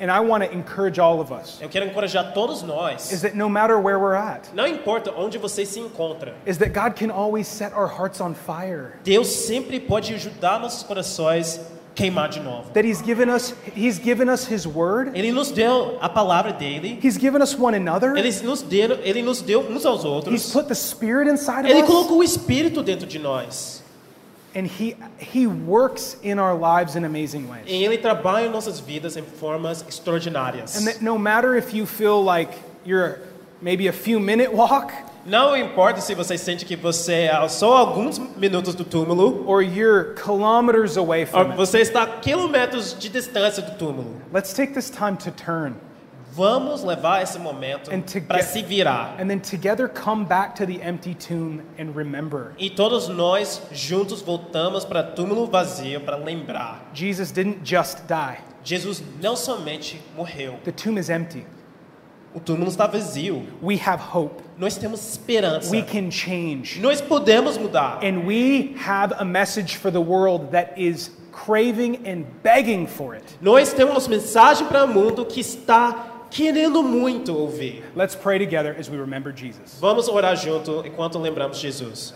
Speaker 1: And I want to encourage all of us
Speaker 2: Eu quero encorajar todos
Speaker 1: is
Speaker 2: nós.
Speaker 1: that no matter where we're at,
Speaker 2: Não importa onde você se encontra.
Speaker 1: is that God can always set our hearts on fire.
Speaker 2: Deus sempre pode ajudar nossos corações a queimar de novo.
Speaker 1: That He's given us, He's given us His Word.
Speaker 2: Ele nos deu a palavra dele.
Speaker 1: He's given us one another.
Speaker 2: Ele nos deu, ele nos deu uns aos
Speaker 1: He's
Speaker 2: outros.
Speaker 1: put the Spirit inside of
Speaker 2: Ele
Speaker 1: us.
Speaker 2: colocou o espírito dentro de nós.
Speaker 1: And He He works in our lives in amazing ways.
Speaker 2: E ele trabalha em nossas vidas em formas extraordinárias.
Speaker 1: And that no matter if you feel like you're maybe a few minute walk
Speaker 2: Não importa se você sente que você é só alguns minutos do túmulo
Speaker 1: or you're kilometers away
Speaker 2: ou
Speaker 1: from it,
Speaker 2: você está a quilômetros de distância do túmulo.
Speaker 1: let's take this time to turn
Speaker 2: Vamos levar esse momento
Speaker 1: And to
Speaker 2: para
Speaker 1: get-
Speaker 2: se virar.
Speaker 1: and then together come back to the empty tomb and remember.
Speaker 2: E todos nós juntos voltamos para túmulo vazio para lembrar.
Speaker 1: Jesus didn't just die.
Speaker 2: Jesus não somente morreu.
Speaker 1: The tomb is empty.
Speaker 2: O túmulo está vazio.
Speaker 1: We have hope.
Speaker 2: Nós temos esperança.
Speaker 1: We can change.
Speaker 2: Nós podemos mudar.
Speaker 1: And we have a message for the world that is craving and begging for it.
Speaker 2: Nós temos mensagem para o mundo que está querendo muito ouvir.
Speaker 1: Let's pray together as we remember Jesus.
Speaker 2: Vamos orar junto enquanto lembramos Jesus.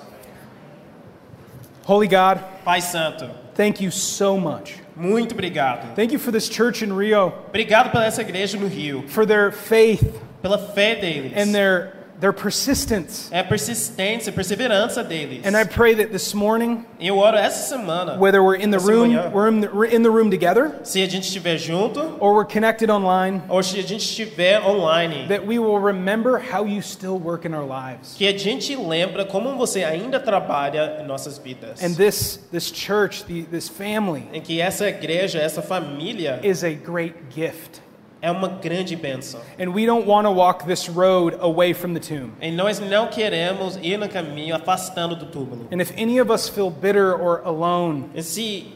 Speaker 1: Holy God,
Speaker 2: Pai Santo,
Speaker 1: thank you so much.
Speaker 2: muito obrigado.
Speaker 1: Thank you for this church in Rio,
Speaker 2: Obrigado pela essa igreja no Rio,
Speaker 1: for their faith
Speaker 2: pela fé deles,
Speaker 1: and their, their persistence.
Speaker 2: é a persistência, a perseverança deles.
Speaker 1: And I pray that this morning,
Speaker 2: Eu oro essa semana,
Speaker 1: whether we're in the
Speaker 2: essa manhã,
Speaker 1: room, we're in the, we're in the room together,
Speaker 2: se a gente estiver junto
Speaker 1: or we're connected online,
Speaker 2: ou se a gente estiver online,
Speaker 1: that we will remember how you still work in our lives.
Speaker 2: que a gente lembra como você ainda trabalha em nossas vidas.
Speaker 1: And this, this church, the, this family,
Speaker 2: Em que essa igreja, essa família
Speaker 1: is a great gift.
Speaker 2: é uma grande bênção.
Speaker 1: And we don't want to walk this road away from the tomb.
Speaker 2: E nós não queremos ir no caminho afastando do túmulo.
Speaker 1: And if any of us feel bitter or alone,
Speaker 2: E se,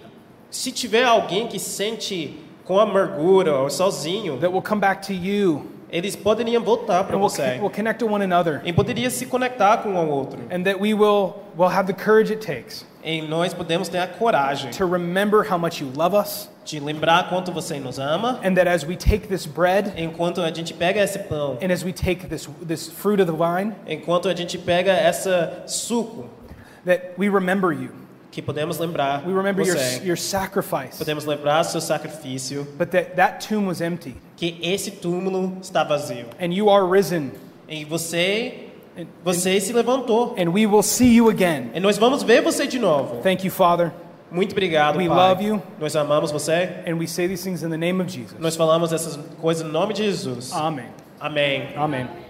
Speaker 2: se tiver alguém que sente com amargura ou sozinho,
Speaker 1: that we'll come back to you
Speaker 2: eles poderiam voltar para
Speaker 1: and we'll,
Speaker 2: você.
Speaker 1: we'll connect to one another
Speaker 2: E poderia se conectar com o outro.
Speaker 1: and that we will will have the courage it takes
Speaker 2: E nós podemos ter a coragem
Speaker 1: to remember how much you love us
Speaker 2: de lembrar quanto você nos ama,
Speaker 1: and that as we take this bread
Speaker 2: enquanto a gente pega esse pão,
Speaker 1: and as we take this this fruit of the vine
Speaker 2: enquanto a gente pega essa suco,
Speaker 1: that we remember you.
Speaker 2: que podemos lembrar
Speaker 1: We remember your
Speaker 2: você.
Speaker 1: your sacrifice.
Speaker 2: Podemos lembrar seu sacrifício,
Speaker 1: But that that tomb was empty
Speaker 2: que esse túmulo está vazio.
Speaker 1: and you are risen
Speaker 2: E você,
Speaker 1: And-
Speaker 2: você se levantou.
Speaker 1: and we will see you again.
Speaker 2: E nós vamos ver você de novo.
Speaker 1: Thank you, Father.
Speaker 2: Muito obrigado,
Speaker 1: We
Speaker 2: Pai.
Speaker 1: love you.
Speaker 2: Nós amamos você.
Speaker 1: And we say these things in the name of Jesus. Ah.
Speaker 2: Nós falamos essas coisas em nome de Jesus.
Speaker 1: Amen.
Speaker 2: Amém.
Speaker 1: Amen.